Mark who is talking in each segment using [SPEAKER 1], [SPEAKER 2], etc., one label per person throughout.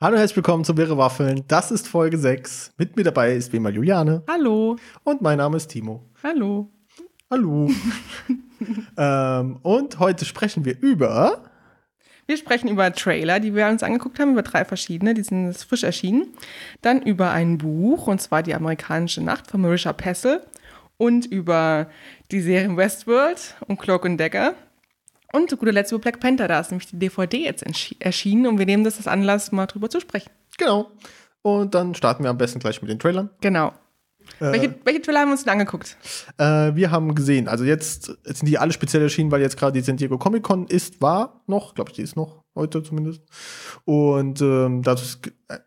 [SPEAKER 1] Hallo, herzlich willkommen zu Wirre Waffeln. Das ist Folge 6. Mit mir dabei ist wie immer Juliane
[SPEAKER 2] Hallo,
[SPEAKER 1] und mein Name ist Timo.
[SPEAKER 2] hallo.
[SPEAKER 1] Hallo. ähm, und heute sprechen wir über.
[SPEAKER 2] Wir sprechen über Trailer, die wir uns angeguckt haben, über drei verschiedene, die sind jetzt frisch erschienen. Dann über ein Buch, und zwar Die amerikanische Nacht von Marisha Pessel. Und über die Serien Westworld und Cloak and Dagger. Und zu guter Letzt über Black Panther, da ist nämlich die DVD jetzt entschi- erschienen und wir nehmen das als Anlass, mal drüber zu sprechen.
[SPEAKER 1] Genau. Und dann starten wir am besten gleich mit den Trailern.
[SPEAKER 2] Genau. welche, welche Trailer haben wir uns denn angeguckt?
[SPEAKER 1] Äh, wir haben gesehen, also jetzt, jetzt sind die alle speziell erschienen, weil jetzt gerade die San Diego Comic Con ist, war noch, glaube ich, die ist noch, heute zumindest. Und ähm, das ist, äh,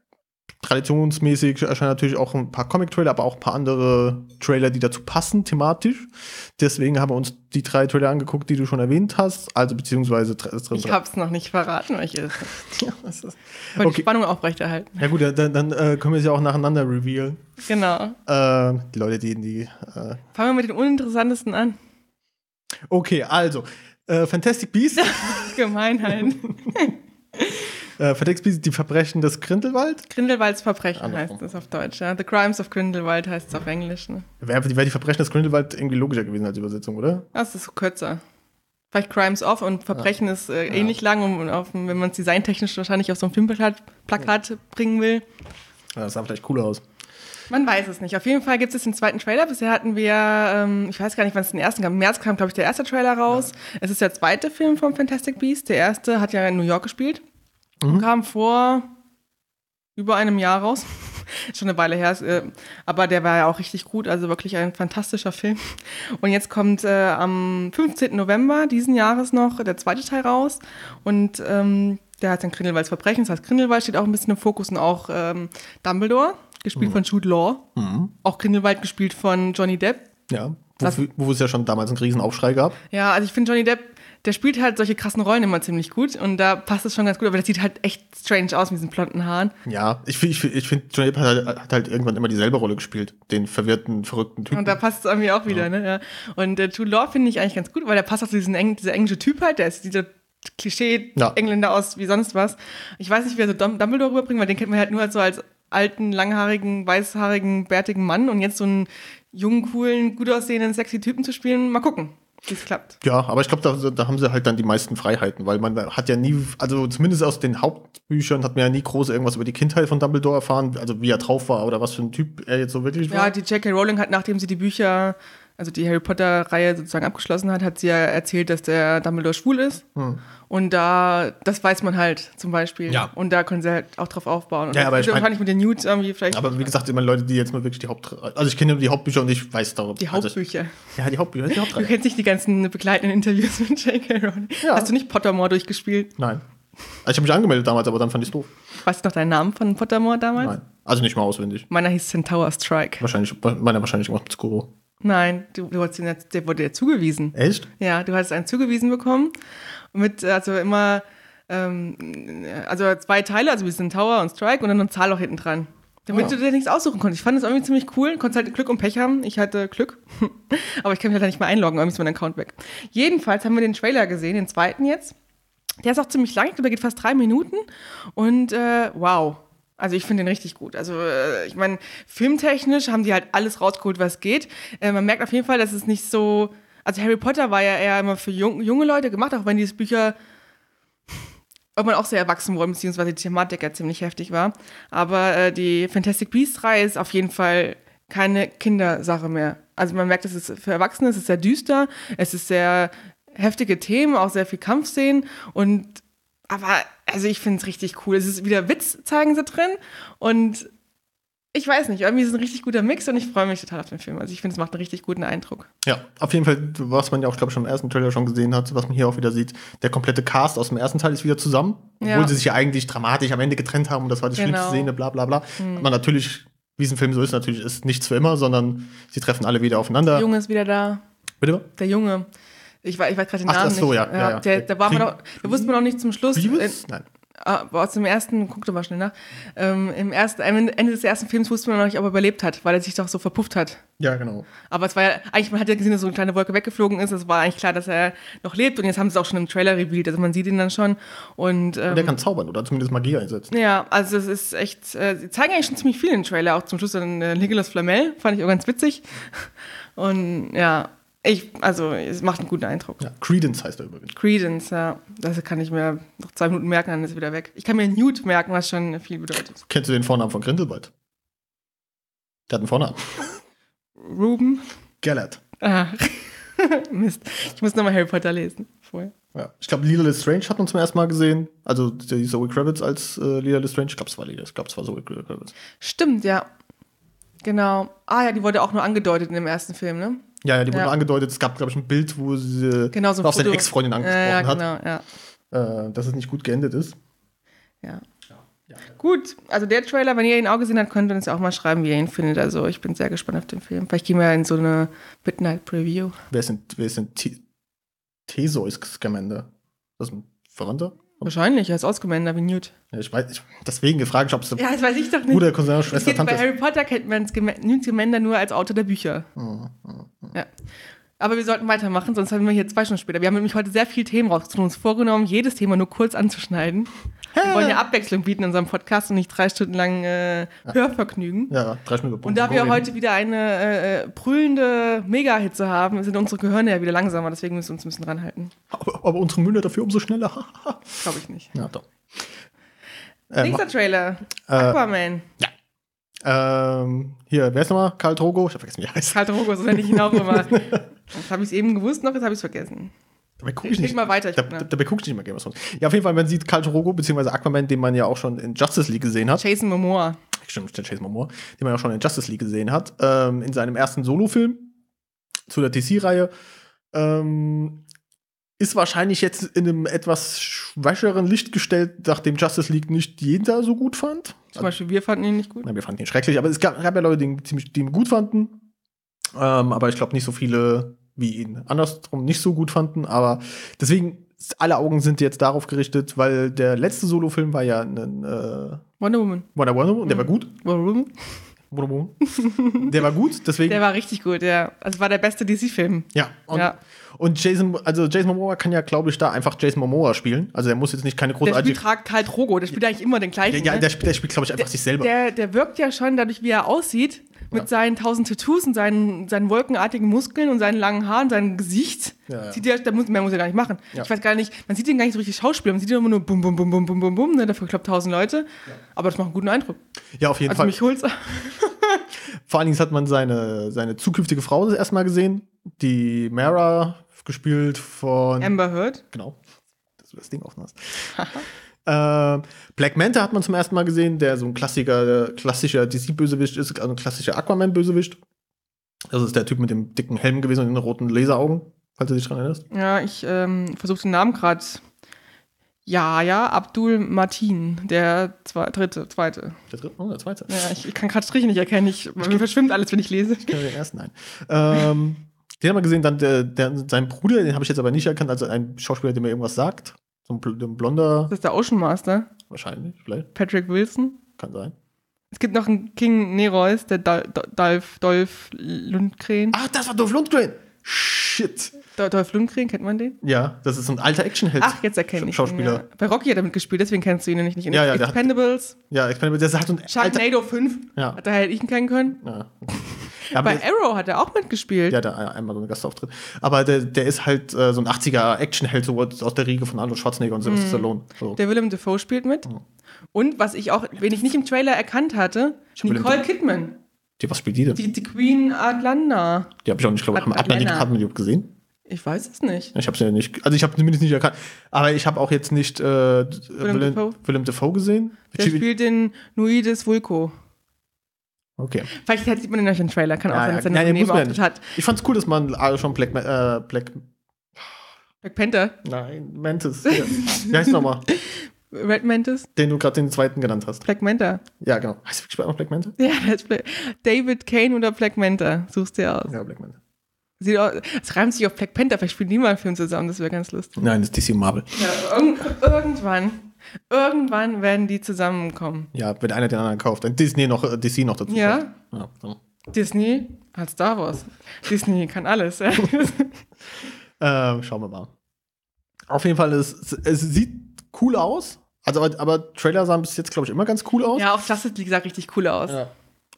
[SPEAKER 1] traditionsmäßig erscheinen natürlich auch ein paar Comic-Trailer, aber auch ein paar andere Trailer, die dazu passen, thematisch. Deswegen haben wir uns die drei Trailer angeguckt, die du schon erwähnt hast, also beziehungsweise
[SPEAKER 2] Ich hab's noch nicht verraten, welche es ist.
[SPEAKER 1] ja, das ist-
[SPEAKER 2] Ich wollte
[SPEAKER 1] Okay.
[SPEAKER 2] die Spannung aufrechterhalten.
[SPEAKER 1] ja gut, dann, dann äh, können wir es ja auch nacheinander revealen.
[SPEAKER 2] Genau.
[SPEAKER 1] Äh, die Leute, die in die äh,
[SPEAKER 2] Fangen wir mit den uninteressantesten an.
[SPEAKER 1] Okay, also. Äh, Fantastic Beasts.
[SPEAKER 2] Gemeinheit.
[SPEAKER 1] Äh, Verdeck's Beasts, die Verbrechen des Grindelwald.
[SPEAKER 2] Grindelwalds Verbrechen
[SPEAKER 1] Andersrum.
[SPEAKER 2] heißt es auf Deutsch. Ja? The Crimes of Grindelwald heißt es auf Englisch. Ne?
[SPEAKER 1] Wäre wär die Verbrechen des Grindelwald irgendwie logischer gewesen als Übersetzung, oder?
[SPEAKER 2] Das ist kürzer. Vielleicht Crimes of und Verbrechen ist äh, ähnlich lang und und auf, dem- wenn man es designtechnisch wahrscheinlich auf so ein Filmplakat Plakat bringen will.
[SPEAKER 1] Ja, das sah vielleicht cooler aus.
[SPEAKER 2] Man weiß es nicht. Auf jeden Fall gibt es den zweiten Trailer. Bisher hatten wir, ähm, ich weiß gar nicht, wann es den ersten gab. Im März kam, glaube ich, der erste Trailer raus. Es ist der zweite Film vom Fantastic Beast. Der erste hat ja in New York gespielt und kam vor über einem Jahr raus. Ist Schon eine Weile her. ist, Äh, aber der war ja auch richtig gut. Also wirklich ein fantastischer Film. Und jetzt kommt äh, am 15. November diesen Jahres noch der zweite Teil raus. Und ähm, der heißt dann Grindelwalds Verbrechen. Das heißt, Grindelwald steht auch ein bisschen im Fokus und auch ähm, Dumbledore, gespielt von Jude Law. Auch Grindelwald gespielt von Johnny Depp.
[SPEAKER 1] Ja.
[SPEAKER 2] Das-
[SPEAKER 1] Wo, wo es ja schon damals einen Riesenaufschrei gab.
[SPEAKER 2] Ja, also ich finde Johnny Depp, der spielt halt solche krassen Rollen immer ziemlich gut und da passt es schon ganz gut, aber das sieht halt echt strange aus mit diesen blonden Haaren.
[SPEAKER 1] Ja, ich, fi- ich, fi- ich finde, Johnny Depp hat halt, hat halt irgendwann immer dieselbe Rolle gespielt. Den verwirrten, verrückten Typen.
[SPEAKER 2] Und da passt es irgendwie auch wieder, ne? Ja. Und äh, Jude Law finde ich eigentlich ganz gut, weil der passt auch zu diesem Eng dieser englische Typ halt, der ist dieser
[SPEAKER 1] Ja.
[SPEAKER 2] Klischee-Engländer aus wie sonst was. Ich weiß nicht, wie er so Dum- Dumbledore rüberbringt, weil den kennt man halt nur als so als alten, langhaarigen, weißhaarigen, bärtigen Mann und jetzt so einen jungen, coolen, gut aussehenden, sexy Typen zu spielen. Mal gucken, wie es klappt.
[SPEAKER 1] Ja, aber ich glaube, da, da haben sie halt dann die meisten Freiheiten, weil man hat ja nie, also zumindest aus den Hauptbüchern hat man ja nie groß irgendwas über die Kindheit von Dumbledore erfahren, also wie er drauf war oder was für ein Typ er jetzt so wirklich war.
[SPEAKER 2] Ja, die J.K. Rowling hat, nachdem sie die Bücher, also die Harry Potter-Reihe sozusagen abgeschlossen hat, hat sie ja erzählt, dass der Dumbledore schwul ist. Und da, das weiß man halt zum Beispiel.
[SPEAKER 1] Hm. Ja.
[SPEAKER 2] Und da können sie halt auch drauf aufbauen. Und
[SPEAKER 1] Ja,
[SPEAKER 2] das
[SPEAKER 1] aber
[SPEAKER 2] wird
[SPEAKER 1] ich mein-
[SPEAKER 2] wahrscheinlich mit den Nudes irgendwie vielleicht
[SPEAKER 1] Aber wie gesagt, immer Leute, die jetzt mal wirklich die Haupt... Also ich kenne nur die Hauptbücher und ich weiß darüber.
[SPEAKER 2] die Hauptbücher.
[SPEAKER 1] Also, ja, die Hauptbücher, die
[SPEAKER 2] Du
[SPEAKER 1] Hauptreihe.
[SPEAKER 2] kennst nicht die ganzen begleitenden Interviews mit J.K. Rowling.
[SPEAKER 1] Ja.
[SPEAKER 2] Hast du nicht Pottermore durchgespielt?
[SPEAKER 1] Nein. Also ich habe mich angemeldet damals, aber dann fand ich es doof.
[SPEAKER 2] Weißt du noch deinen Namen von Pottermore damals?
[SPEAKER 1] Nein. Also nicht mal auswendig.
[SPEAKER 2] Meiner hieß Centaur Strike.
[SPEAKER 1] Wahrscheinlich, meiner wahrscheinlich gemacht mit Skuro.
[SPEAKER 2] Nein, du, du hast ihn, jetzt- der wurde dir zugewiesen.
[SPEAKER 1] Echt?
[SPEAKER 2] Ja, du hast einen zugewiesen bekommen. Mit, also immer, ähm, also zwei Teile, also wir sind Tower und Strike und dann eine Zahl auch hinten dran. Damit
[SPEAKER 1] Ah.
[SPEAKER 2] du dir nichts aussuchen konntest. Ich fand das irgendwie ziemlich cool. Konntest halt Glück und Pech haben. Ich hatte Glück. Aber ich kann mich leider nicht mehr einloggen, irgendwie ist mein Account weg. Jedenfalls haben wir den Trailer gesehen, den zweiten jetzt. Der ist auch ziemlich lang, ich glaube, der geht fast drei Minuten. Und äh, wow. Also ich finde den richtig gut. Also äh, ich meine, filmtechnisch haben die halt alles rausgeholt, was geht. Äh, man merkt auf jeden Fall, dass es nicht so... Also Harry Potter war ja eher immer für jung, junge Leute gemacht, auch wenn diese Bücher irgendwann auch sehr erwachsen wurden, beziehungsweise die Thematik ja ziemlich heftig war. Aber äh, die Fantastic Beasts-Reihe ist auf jeden Fall keine Kindersache mehr. Also man merkt, es ist für Erwachsene, es ist sehr düster, es ist sehr heftige Themen, auch sehr viel Kampfszenen und aber, also ich finde es richtig cool. Es ist wieder Witz, zeigen sie drin und ich weiß nicht, irgendwie ist es ein richtig guter Mix und ich freue mich total auf den Film. Also ich finde, es macht einen richtig guten Eindruck.
[SPEAKER 1] Ja, auf jeden Fall, was man ja auch, glaube ich, schon im ersten Trailer schon gesehen hat, was man hier auch wieder sieht, der komplette Cast aus dem ersten Teil ist wieder zusammen,
[SPEAKER 2] Ja.
[SPEAKER 1] obwohl sie sich ja eigentlich dramatisch am Ende getrennt haben und das war die
[SPEAKER 2] Genau. Hm.
[SPEAKER 1] schlimmste Szene, bla bla bla. Aber natürlich, wie es im Film so ist, natürlich ist nichts für immer, sondern sie treffen alle wieder aufeinander.
[SPEAKER 2] Der Junge ist wieder da.
[SPEAKER 1] Bitte?
[SPEAKER 2] Der Junge. Ich weiß, ich weiß gerade den
[SPEAKER 1] Ach,
[SPEAKER 2] Namen
[SPEAKER 1] ach so,
[SPEAKER 2] nicht.
[SPEAKER 1] ja, ja, ja.
[SPEAKER 2] Der, da, war man
[SPEAKER 1] Kling-
[SPEAKER 2] noch, da wusste man noch nicht zum Schluss.
[SPEAKER 1] Beavis?
[SPEAKER 2] äh,
[SPEAKER 1] Nein.
[SPEAKER 2] Ah, aber aus dem ersten, guck doch mal schnell nach, ähm, im ersten, am Ende des ersten Films wusste man noch nicht, ob er überlebt hat, weil er sich doch so verpufft hat.
[SPEAKER 1] Ja, genau.
[SPEAKER 2] Aber es war ja, eigentlich, man hat ja gesehen, dass so eine kleine Wolke weggeflogen ist. Es war eigentlich klar, dass er noch lebt. Und jetzt haben sie es auch schon im Trailer revealed. Also man sieht ihn dann schon. Und, ähm,
[SPEAKER 1] Der kann zaubern oder zumindest Magie einsetzen.
[SPEAKER 2] ja, also es ist echt, äh, sie zeigen eigentlich schon ziemlich viel im Trailer, auch zum Schluss dann äh, Nicolas Flamel, fand ich auch ganz witzig. Und ja, ich, also es macht einen guten Eindruck.
[SPEAKER 1] Ja, Credence heißt er übrigens.
[SPEAKER 2] Credence, ja, das kann ich mir noch zwei Minuten merken, dann ist er wieder weg. Ich kann mir Newt merken, was schon viel bedeutet.
[SPEAKER 1] Kennst du den Vornamen von Grindelwald? Der hat einen Vornamen.
[SPEAKER 2] Ruben,
[SPEAKER 1] Gellert.
[SPEAKER 2] ah, Mist, ich muss nochmal Harry Potter lesen vorher.
[SPEAKER 1] Ja. Ich glaube, Lila Lestrange hat man zum ersten Mal gesehen. Also die Zoe Kravitz als äh, Lila Lestrange. Ich glaube, es war Lila. Ich glaube, es war Zoe Kravitz.
[SPEAKER 2] Stimmt, ja. Genau. Ah ja, die wurde auch nur angedeutet in dem ersten Film, ne?
[SPEAKER 1] Ja, ja, die wurde
[SPEAKER 2] Ja.
[SPEAKER 1] angedeutet. Es gab, glaube ich, ein Bild, wo sie
[SPEAKER 2] Genau, so ein
[SPEAKER 1] auf
[SPEAKER 2] Foto.
[SPEAKER 1] seine Ex-Freundin angesprochen
[SPEAKER 2] ja, genau. ja,
[SPEAKER 1] hat,
[SPEAKER 2] genau, ja.
[SPEAKER 1] äh, dass es nicht gut geendet ist.
[SPEAKER 2] Ja. Gut, also der Trailer, wenn ihr ihn auch gesehen habt, könnt ihr uns ja auch mal schreiben, wie ihr ihn findet. Also ich bin sehr gespannt auf den Film. Vielleicht gehen wir in so eine Midnight Preview.
[SPEAKER 1] Wer ist denn, wer ist denn T Theseus Scamander? Das ist ein Verwandter?
[SPEAKER 2] Wahrscheinlich, er ist ausgemeldet wie Newt.
[SPEAKER 1] Ja, ich weiß, ich, deswegen gefragt, ob es
[SPEAKER 2] Ja, das weiß ich doch nicht.
[SPEAKER 1] Bruder, Cousin,
[SPEAKER 2] Es
[SPEAKER 1] Schwester,
[SPEAKER 2] geht
[SPEAKER 1] Tante
[SPEAKER 2] bei
[SPEAKER 1] ist.
[SPEAKER 2] Harry Potter kennt man Scam- Newt Scamander nur als Autor der Bücher.
[SPEAKER 1] Hm,
[SPEAKER 2] Ja. Aber wir sollten weitermachen, sonst haben wir hier zwei Stunden später. Wir haben nämlich heute sehr viele Themen rausgezogen, uns vorgenommen, jedes Thema nur kurz anzuschneiden. Wir wollen ja Abwechslung bieten in unserem Podcast und nicht drei Stunden lang äh, Hörvergnügen.
[SPEAKER 1] Ja, drei Stunden über
[SPEAKER 2] Und da
[SPEAKER 1] Punkt.
[SPEAKER 2] wir heute wieder eine äh, brüllende Mega-Hitze haben, sind unsere Gehirne ja wieder langsamer, deswegen müssen wir uns ein bisschen ranhalten.
[SPEAKER 1] Aber, aber unsere Mühle dafür umso schneller.
[SPEAKER 2] Glaube ich nicht.
[SPEAKER 1] ja, doch. Äh,
[SPEAKER 2] Nächster Trailer. Aquaman.
[SPEAKER 1] ma- ähm, hier, wer ist nochmal? Karl Drogo? Ich hab vergessen, wie er heißt.
[SPEAKER 2] Karl Drogo, so nenne ich ihn auch immer. Das habe ich eben gewusst noch, jetzt habe ich es vergessen.
[SPEAKER 1] Dabei guck ich
[SPEAKER 2] Red
[SPEAKER 1] nicht.
[SPEAKER 2] mal weiter, ich
[SPEAKER 1] da,
[SPEAKER 2] guck nach.
[SPEAKER 1] da, dabei guck ich nicht mal Game of Thrones. Ja, auf jeden Fall, man sieht Karl Drogo, beziehungsweise Aquaman, den man ja auch schon in Justice League gesehen hat.
[SPEAKER 2] Jason Momoa.
[SPEAKER 1] Stimmt, der Chase Momoa, den man ja auch schon in Justice League gesehen hat, ähm, in seinem ersten Solo-Film zu der DC-Reihe. Ähm, ist wahrscheinlich jetzt in einem etwas schwächeren Licht gestellt, nachdem Justice League nicht jeder so gut fand.
[SPEAKER 2] Zum Beispiel, wir fanden ihn nicht gut.
[SPEAKER 1] Na, wir fanden ihn schrecklich, aber es gab, gab ja Leute, die ihn, ziemlich, die ihn gut fanden. Ähm, aber ich glaube nicht so viele wie ihn andersrum nicht so gut fanden. Aber deswegen, alle Augen sind jetzt darauf gerichtet, weil der letzte Solo-Film war ja ein äh,
[SPEAKER 2] Wonder Woman.
[SPEAKER 1] Wonder Woman und
[SPEAKER 2] Mhm.
[SPEAKER 1] der war gut.
[SPEAKER 2] Wonder Woman?
[SPEAKER 1] Wonder Woman. der war gut, deswegen.
[SPEAKER 2] Der war richtig gut, ja. Also war der beste DC-Film.
[SPEAKER 1] ja. Und,
[SPEAKER 2] Ja.
[SPEAKER 1] und Jason, also Jason Momoa kann ja, glaube ich, da einfach Jason Momoa spielen. Also er muss jetzt nicht keine
[SPEAKER 2] Der
[SPEAKER 1] großartige.
[SPEAKER 2] spielt tra- Karl Drogo, der spielt eigentlich immer den gleichen.
[SPEAKER 1] ja,
[SPEAKER 2] ne?
[SPEAKER 1] der, spielt- der spielt, glaube ich, einfach sich selber.
[SPEAKER 2] der, der wirkt ja schon dadurch, wie er aussieht, mit seinen tausend Tattoos und seinen, seinen wolkenartigen Muskeln und seinen langen Haaren, seinem Gesicht.
[SPEAKER 1] Ja, ja.
[SPEAKER 2] Sieht der, der muss, mehr muss er gar nicht machen.
[SPEAKER 1] Ja.
[SPEAKER 2] Ich weiß gar nicht, man sieht den gar nicht so richtig Schauspieler, man sieht ihn immer nur bum, bum, bum, bum, bum, bum, bum, ne? dafür klappt tausend Leute. Aber das macht einen guten Eindruck.
[SPEAKER 1] ja, auf jeden
[SPEAKER 2] Also
[SPEAKER 1] Fall.
[SPEAKER 2] mich holt's.
[SPEAKER 1] Vor allen Dingen hat man seine, seine zukünftige Frau das erste Mal gesehen. Die Mara, gespielt von.
[SPEAKER 2] Amber Heard.
[SPEAKER 1] Genau. Dass du das Ding offen hast. äh, Black Manta hat man zum ersten Mal gesehen, der so ein klassischer, klassischer DC-Bösewicht ist, also ein klassischer Aquaman-Bösewicht. Das ist der Typ mit dem dicken Helm gewesen und den roten Laseraugen, falls du dich dran erinnerst.
[SPEAKER 2] Ja, ich ähm, versuche den Namen gerade. Ja, ja, Abdul Martin, der zwe dritte, zweite.
[SPEAKER 1] Der dritte oder der zweite?
[SPEAKER 2] Ja, ich, ich kann gerade Striche nicht erkennen. Ich, mir verschwimmt alles, wenn ich lese.
[SPEAKER 1] Ich kenne den ersten, nein. ähm, den haben wir gesehen, dann der, der, sein Bruder, den habe ich jetzt aber nicht erkannt, also ein Schauspieler, der mir irgendwas sagt. So ein, bl- ein blonder,
[SPEAKER 2] Das ist der Ocean Master,
[SPEAKER 1] wahrscheinlich, vielleicht,
[SPEAKER 2] Patrick Wilson.
[SPEAKER 1] kann sein.
[SPEAKER 2] Es gibt noch einen King Nerois, der Dal- Dal- Dalf, Dolf Lundgren.
[SPEAKER 1] Ach, das war Dolph Lundgren! Shit!
[SPEAKER 2] Dol- Dolph Lundgren, kennt man den?
[SPEAKER 1] Ja, das ist so ein alter Actionheld.
[SPEAKER 2] Ach, jetzt erkenne ich ihn.
[SPEAKER 1] Schauspieler.
[SPEAKER 2] Ja. Bei Rocky hat er mitgespielt, deswegen kennst du ihn ja nicht. In
[SPEAKER 1] Ja, ja, der hat-
[SPEAKER 2] Expendables,
[SPEAKER 1] Ja, Expendables, der hat so ein alter-
[SPEAKER 2] Sharknado 5,
[SPEAKER 1] Ja.
[SPEAKER 2] hat er halt ich ihn kennen können.
[SPEAKER 1] Ja. Ja, aber
[SPEAKER 2] Bei
[SPEAKER 1] der,
[SPEAKER 2] Arrow hat er auch mitgespielt.
[SPEAKER 1] ja, da einmal so einen Gastauftritt. Aber der, der ist halt äh, so ein 80er Actionheld, so aus aus der Riege von Arnold Schwarzenegger und Sylvester Stallone. So.
[SPEAKER 2] Mhm. Der Willem Dafoe spielt mit.
[SPEAKER 1] Oh.
[SPEAKER 2] Und was ich auch, wen ich nicht im Trailer erkannt hatte,
[SPEAKER 1] Willem
[SPEAKER 2] Nicole
[SPEAKER 1] Dafoe.
[SPEAKER 2] Kidman,
[SPEAKER 1] Die, was spielt die denn? Die,
[SPEAKER 2] die, die Queen Atlanta.
[SPEAKER 1] habe ich auch nicht, glaube ich,
[SPEAKER 2] Hat-
[SPEAKER 1] hat, hat, man die-
[SPEAKER 2] Atlanta.
[SPEAKER 1] hat man die überhaupt gesehen?
[SPEAKER 2] Ich weiß es nicht.
[SPEAKER 1] Ich habe sie ja nicht, also ich habe zumindest nicht erkannt. Aber ich habe auch jetzt nicht äh, Willem,
[SPEAKER 2] Dafoe.
[SPEAKER 1] Willem Dafoe gesehen.
[SPEAKER 2] Der
[SPEAKER 1] Chili-
[SPEAKER 2] spielt den Nuides Vulko.
[SPEAKER 1] okay.
[SPEAKER 2] Vielleicht hat- sieht man den euch im Trailer, kann auch
[SPEAKER 1] Ja,
[SPEAKER 2] sein,
[SPEAKER 1] ja,
[SPEAKER 2] dass er
[SPEAKER 1] nein,
[SPEAKER 2] einen
[SPEAKER 1] den muss man ja
[SPEAKER 2] Nebenauftritt
[SPEAKER 1] nicht.
[SPEAKER 2] hat.
[SPEAKER 1] Ich fand's cool, dass man ah, schon Black, Ma- äh, Black,
[SPEAKER 2] Black Panther,
[SPEAKER 1] nein, Mantis. Ja. Wie heißt nochmal?
[SPEAKER 2] Red Mantis,
[SPEAKER 1] Den du gerade den zweiten genannt hast.
[SPEAKER 2] Black Manta.
[SPEAKER 1] Ja, genau. Heißt wirklich auch noch Black Mantis?
[SPEAKER 2] Ja, das ist Black David Kane oder Black Manta, suchst dir aus.
[SPEAKER 1] Ja, Black Mantis.
[SPEAKER 2] Sieht aus. Es reimt sich auf Black Panther, vielleicht spielen die mal einen Film zusammen, das wäre ganz lustig.
[SPEAKER 1] Nein, das ist DC Marvel.
[SPEAKER 2] Ja, irg irgendwann. Irgendwann werden die zusammenkommen.
[SPEAKER 1] Ja, wenn einer den anderen kauft. Dann Disney noch, äh, DC noch dazu.
[SPEAKER 2] Ja.
[SPEAKER 1] kauft. ja.
[SPEAKER 2] Disney hat Star Wars. Disney kann alles. ja.
[SPEAKER 1] Ähm, schauen wir mal. Auf jeden Fall, es, es sieht cool aus. Also, aber, aber Trailer sahen bis jetzt, glaube ich, immer ganz cool aus.
[SPEAKER 2] ja, auch das sieht, wie gesagt, richtig cool aus.
[SPEAKER 1] Ja.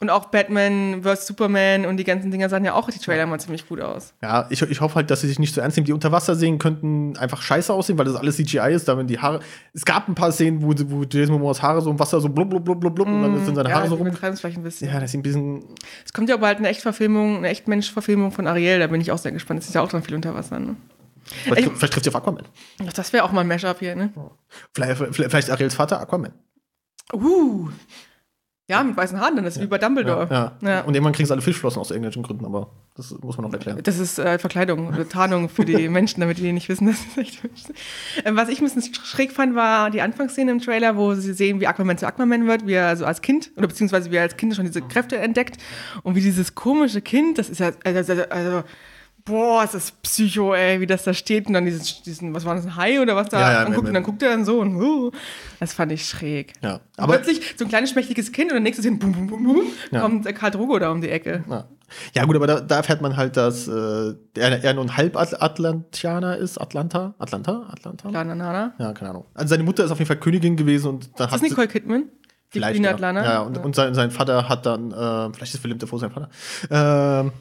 [SPEAKER 2] Und auch Batman vs. Superman und die ganzen Dinger sahen ja auch die Trailer mal ziemlich gut aus.
[SPEAKER 1] Ja, ich, ich hoffe halt, dass sie sich nicht so ernst nehmen. Die unter Wasser sehen könnten einfach scheiße aussehen, weil das alles CGI ist. Da wenn die Haare. Es gab ein paar Szenen, wo, wo Jason Momoas Haare so im Wasser so blub, blub, blub, blub, blub und dann sind seine
[SPEAKER 2] Mm, ja,
[SPEAKER 1] Haare so
[SPEAKER 2] die
[SPEAKER 1] rum.
[SPEAKER 2] übertreiben's vielleicht ein bisschen.
[SPEAKER 1] Ja, das ist ein bisschen.
[SPEAKER 2] Es kommt ja aber halt eine Echtverfilmung, eine Echtmensch-Verfilmung von Ariel, da bin ich auch sehr gespannt. Es ist ja auch dran viel unter Wasser, ne?
[SPEAKER 1] Vielleicht, vielleicht trifft sie auf Aquaman.
[SPEAKER 2] Ach, das wäre auch mal ein Mashup hier, ne?
[SPEAKER 1] Vielleicht, vielleicht, vielleicht ist Ariels Vater Aquaman.
[SPEAKER 2] Uh. Ja, mit weißen Haaren, dann das ist wie bei Dumbledore.
[SPEAKER 1] Ja.
[SPEAKER 2] Ja.
[SPEAKER 1] Und irgendwann kriegen sie alle Fischflossen aus irgendwelchen Gründen, aber das muss man noch erklären.
[SPEAKER 2] Das ist äh, Verkleidung oder Tarnung für die Menschen, damit die nicht wissen, dass es echt Menschen sind. ähm, Was ich ein bisschen sch- schräg fand, war die Anfangsszene im Trailer, wo sie sehen, wie Aquaman zu Aquaman wird, wie er also als Kind, oder beziehungsweise wie er als Kind schon
[SPEAKER 1] Mhm.
[SPEAKER 2] diese Kräfte entdeckt und wie dieses komische Kind, das ist ja, also, also, also boah, ist das Psycho, ey, wie das da steht und dann dieses, diesen, was war das, ein Hai oder was da
[SPEAKER 1] Ja, ja,
[SPEAKER 2] anguckt und dann guckt er dann so und uh, das fand ich schräg.
[SPEAKER 1] Ja.
[SPEAKER 2] Aber
[SPEAKER 1] Aber,
[SPEAKER 2] plötzlich so ein kleines, schmächtiges Kind und dann nächstes hin, bum, bum, bum, bum,
[SPEAKER 1] Ja.
[SPEAKER 2] kommt äh, Karl Drogo da um die Ecke.
[SPEAKER 1] ja. ja, gut, aber da, da erfährt man halt, dass äh, er, er nur ein Halbatlantianer ist. Atlanta? Atlanta? Atlanta?
[SPEAKER 2] Lana, Nana.
[SPEAKER 1] Ja, keine Ahnung. Also seine Mutter ist auf jeden Fall Königin gewesen und dann
[SPEAKER 2] Ist das
[SPEAKER 1] hat sie-
[SPEAKER 2] Nicole Kidman? Die
[SPEAKER 1] Vielleicht,
[SPEAKER 2] Queen
[SPEAKER 1] ja.
[SPEAKER 2] Atlana?
[SPEAKER 1] Ja, und, und sein, sein Vater hat dann, äh, vielleicht ist Willem Dafoe sein Vater, ähm,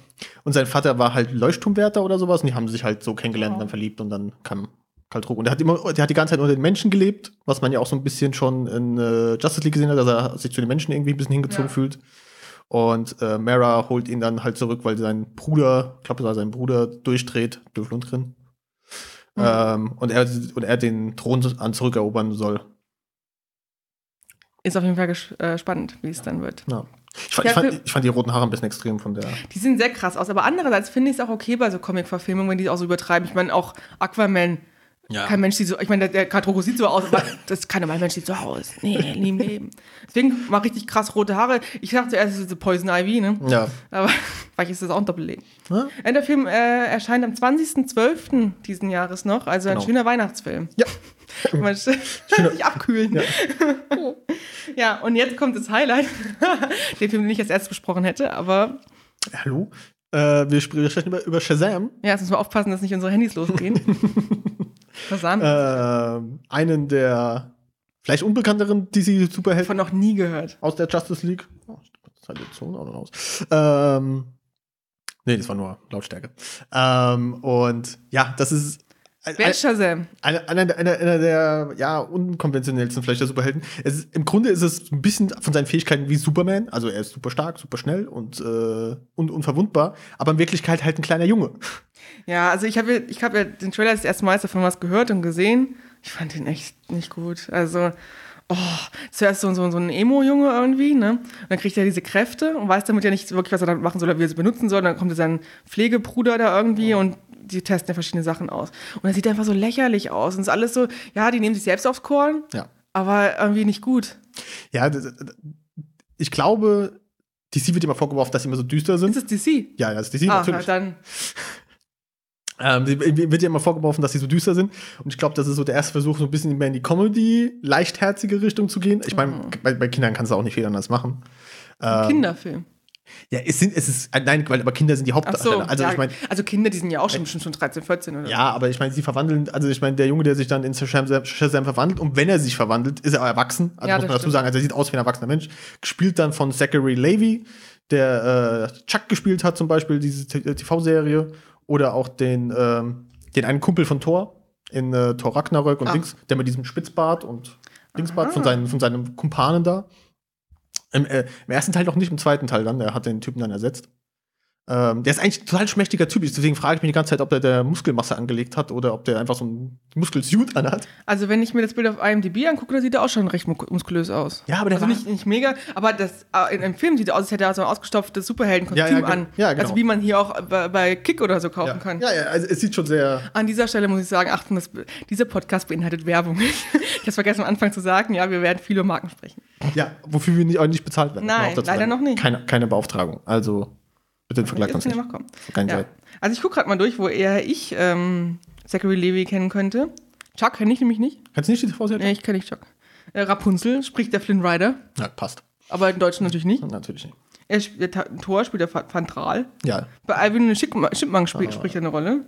[SPEAKER 1] und sein Vater war halt Leuchtturmwärter oder sowas und die haben sich halt so kennengelernt
[SPEAKER 2] Oh.
[SPEAKER 1] und dann verliebt und dann kam Karl Drogo. Und der hat, immer, der hat die ganze Zeit unter den Menschen gelebt, was man ja auch so ein bisschen schon in äh, Justice League gesehen hat, dass er sich zu den Menschen irgendwie ein bisschen hingezogen
[SPEAKER 2] Ja.
[SPEAKER 1] fühlt. Und äh, Mara holt ihn dann halt zurück, weil sein Bruder, ich glaube, es war sein Bruder, durchdreht, Dolph Lundgren.
[SPEAKER 2] Mhm.
[SPEAKER 1] Ähm, und, er, und er den Thron an zurückerobern soll.
[SPEAKER 2] Ist auf jeden Fall gesch- äh, spannend, wie es dann wird.
[SPEAKER 1] Ja. Ich, fand,
[SPEAKER 2] Ja,
[SPEAKER 1] ich, fand,
[SPEAKER 2] für-
[SPEAKER 1] ich fand die roten Haare ein bisschen extrem von der.
[SPEAKER 2] Die sehen sehr krass aus, aber andererseits finde ich es auch okay bei so Comic-Verfilmungen, wenn die es auch so übertreiben. Ich meine, auch Aquaman, kein Mensch sieht so, ich meine, der, der Katroko sieht so aus, aber das kann normal Mensch sieht so aus. Nee, nie im Leben. Deswegen mal richtig krass rote Haare. Ich dachte zuerst, es ist so Poison Ivy, ne?
[SPEAKER 1] Ja.
[SPEAKER 2] Aber vielleicht ist das auch ein Doppelleben.
[SPEAKER 1] Ja.
[SPEAKER 2] Äh, Der Film äh, erscheint am 20.12. diesen Jahres noch, also ein
[SPEAKER 1] Genau.
[SPEAKER 2] schöner Weihnachtsfilm.
[SPEAKER 1] Ja.
[SPEAKER 2] Man sich abkühlen. Ja. und jetzt kommt das Highlight. den Film, den ich als erstes besprochen hätte, aber
[SPEAKER 1] Hallo? Äh, wir, spr- wir sprechen über, über Shazam.
[SPEAKER 2] ja, jetzt müssen wir aufpassen, dass nicht unsere Handys losgehen. Versam.
[SPEAKER 1] ähm, einen der vielleicht unbekannteren DC-Superhelden
[SPEAKER 2] Von noch nie gehört.
[SPEAKER 1] aus der Justice League. Oh, ich glaub, das hat jetzt so auch noch raus. Ähm, nee, das war nur Lautstärke. Ähm, und ja, das ist. äh, ein-
[SPEAKER 2] Wer ist Shazam?
[SPEAKER 1] Einer, einer, der- einer, einer der ja, unkonventionellsten vielleicht der Superhelden. Es ist, Im Grunde ist es ein bisschen von seinen Fähigkeiten wie Superman. Also er ist super stark, super schnell und, äh, und unverwundbar, aber in Wirklichkeit halt ein kleiner Junge.
[SPEAKER 2] Ja, also ich habe ich hab ja den Trailer das erste Mal jetzt davon was gehört und gesehen. Ich fand den echt nicht gut. Also, oh, zuerst so, so, so ein Emo-Junge irgendwie, ne? Und dann kriegt er diese Kräfte und weiß damit ja nicht wirklich, was er damit machen soll oder wie er sie benutzen soll. Und dann kommt sein Pflegebruder da irgendwie und die testen ja verschiedene Sachen aus. Und er sieht einfach so lächerlich aus. Und es ist alles so, ja, die nehmen sich selbst aufs Korn,
[SPEAKER 1] Ja.
[SPEAKER 2] aber irgendwie nicht gut.
[SPEAKER 1] Ja, das, das- ich glaube, DC wird immer vorgeworfen, dass sie immer so düster
[SPEAKER 2] Ist
[SPEAKER 1] sind.
[SPEAKER 2] es DC?
[SPEAKER 1] ja, das ist DC
[SPEAKER 2] Ah, na
[SPEAKER 1] natürlich.
[SPEAKER 2] dann.
[SPEAKER 1] Ähm, sie- ihnen wird ja immer vorgeworfen, dass sie so düster sind. Und ich glaube, das ist so der erste Versuch, so ein bisschen mehr in die Comedy, leichtherzige Richtung zu gehen. Ich meine,
[SPEAKER 2] Mhm.
[SPEAKER 1] bei, bei Kindern kannst du auch nicht viel anders machen. Ähm,
[SPEAKER 2] Kinderfilm.
[SPEAKER 1] Ja, es sind, es ist, äh, nein, weil aber Kinder sind die
[SPEAKER 2] Ach so,
[SPEAKER 1] Hauptdarsteller. also
[SPEAKER 2] ja,
[SPEAKER 1] ich meine,
[SPEAKER 2] also Kinder, die sind ja auch schon, schon 13, 14 oder
[SPEAKER 1] ja, aber ich meine, sie verwandeln, also ich meine, der Junge, der sich dann in Shazam, Shazam verwandelt, und wenn er sich verwandelt, ist er auch erwachsen. Also
[SPEAKER 2] Ja,
[SPEAKER 1] muss
[SPEAKER 2] das
[SPEAKER 1] man dazu
[SPEAKER 2] stimmt.
[SPEAKER 1] sagen, also er sieht aus wie ein erwachsener Mensch. Gespielt dann von Zachary Levy, der äh, Chuck gespielt hat, zum Beispiel, diese T- äh, TV-Serie, oder auch den, ähm, den einen Kumpel von Thor in äh, Thor Ragnarök und
[SPEAKER 2] Ah.
[SPEAKER 1] Dings, der mit diesem Spitzbart und Dingsbart von,
[SPEAKER 2] Aha.
[SPEAKER 1] seinen, von seinem Kumpanen da. Im, äh, Im ersten Teil noch nicht, im zweiten Teil dann, der hat den Typen dann ersetzt. Ähm, der ist eigentlich ein total schmächtiger Typ, deswegen frage ich mich die ganze Zeit, ob der, der Muskelmasse angelegt hat oder ob der einfach so ein Muskelsuit anhat.
[SPEAKER 2] Also wenn ich mir das Bild auf IMDb angucke, da sieht er auch schon recht mu- muskulös aus.
[SPEAKER 1] Ja, aber der
[SPEAKER 2] also
[SPEAKER 1] war-
[SPEAKER 2] nicht, nicht mega, aber das, äh, in einem Film sieht er aus, als hätte er so ein ausgestopftes Superheldenkostüm
[SPEAKER 1] Ja, ja, ge-
[SPEAKER 2] an.
[SPEAKER 1] ja, genau.
[SPEAKER 2] Also wie man hier auch bei, bei Kick oder so kaufen
[SPEAKER 1] Ja,
[SPEAKER 2] kann.
[SPEAKER 1] ja, ja also es sieht schon sehr.
[SPEAKER 2] An dieser Stelle muss ich sagen, Achtung, das, be- dieser Podcast beinhaltet Werbung. ich habe vergessen am Anfang zu sagen, ja, wir werden viel über Marken sprechen.
[SPEAKER 1] Ja, wofür wir nicht, auch nicht bezahlt werden. muss man
[SPEAKER 2] Nein,
[SPEAKER 1] auch dazu
[SPEAKER 2] leider
[SPEAKER 1] sagen.
[SPEAKER 2] noch nicht.
[SPEAKER 1] Keine, keine Beauftragung. Also, bitte vergleicht uns
[SPEAKER 2] Jetzt kann
[SPEAKER 1] nicht.
[SPEAKER 2] ja noch kommen.
[SPEAKER 1] Kein
[SPEAKER 2] Ja.
[SPEAKER 1] Seid.
[SPEAKER 2] Also ich gucke gerade mal durch, wo eher ich ähm, Zachary Levy kennen könnte. Chuck kenne ich nämlich nicht.
[SPEAKER 1] Kannst du nicht die TV-Serie?
[SPEAKER 2] Nee, ich kenne nicht Chuck. Äh, Rapunzel spricht der Flynn Rider,
[SPEAKER 1] Ja, passt.
[SPEAKER 2] aber im Deutschen natürlich nicht.
[SPEAKER 1] Natürlich nicht.
[SPEAKER 2] Er spielt, der Ta- Thor spielt der Fa- Van Tral.
[SPEAKER 1] Ja,
[SPEAKER 2] Bei Alvin und den Schickma- Chipmunks spielt, spricht er eine Rolle.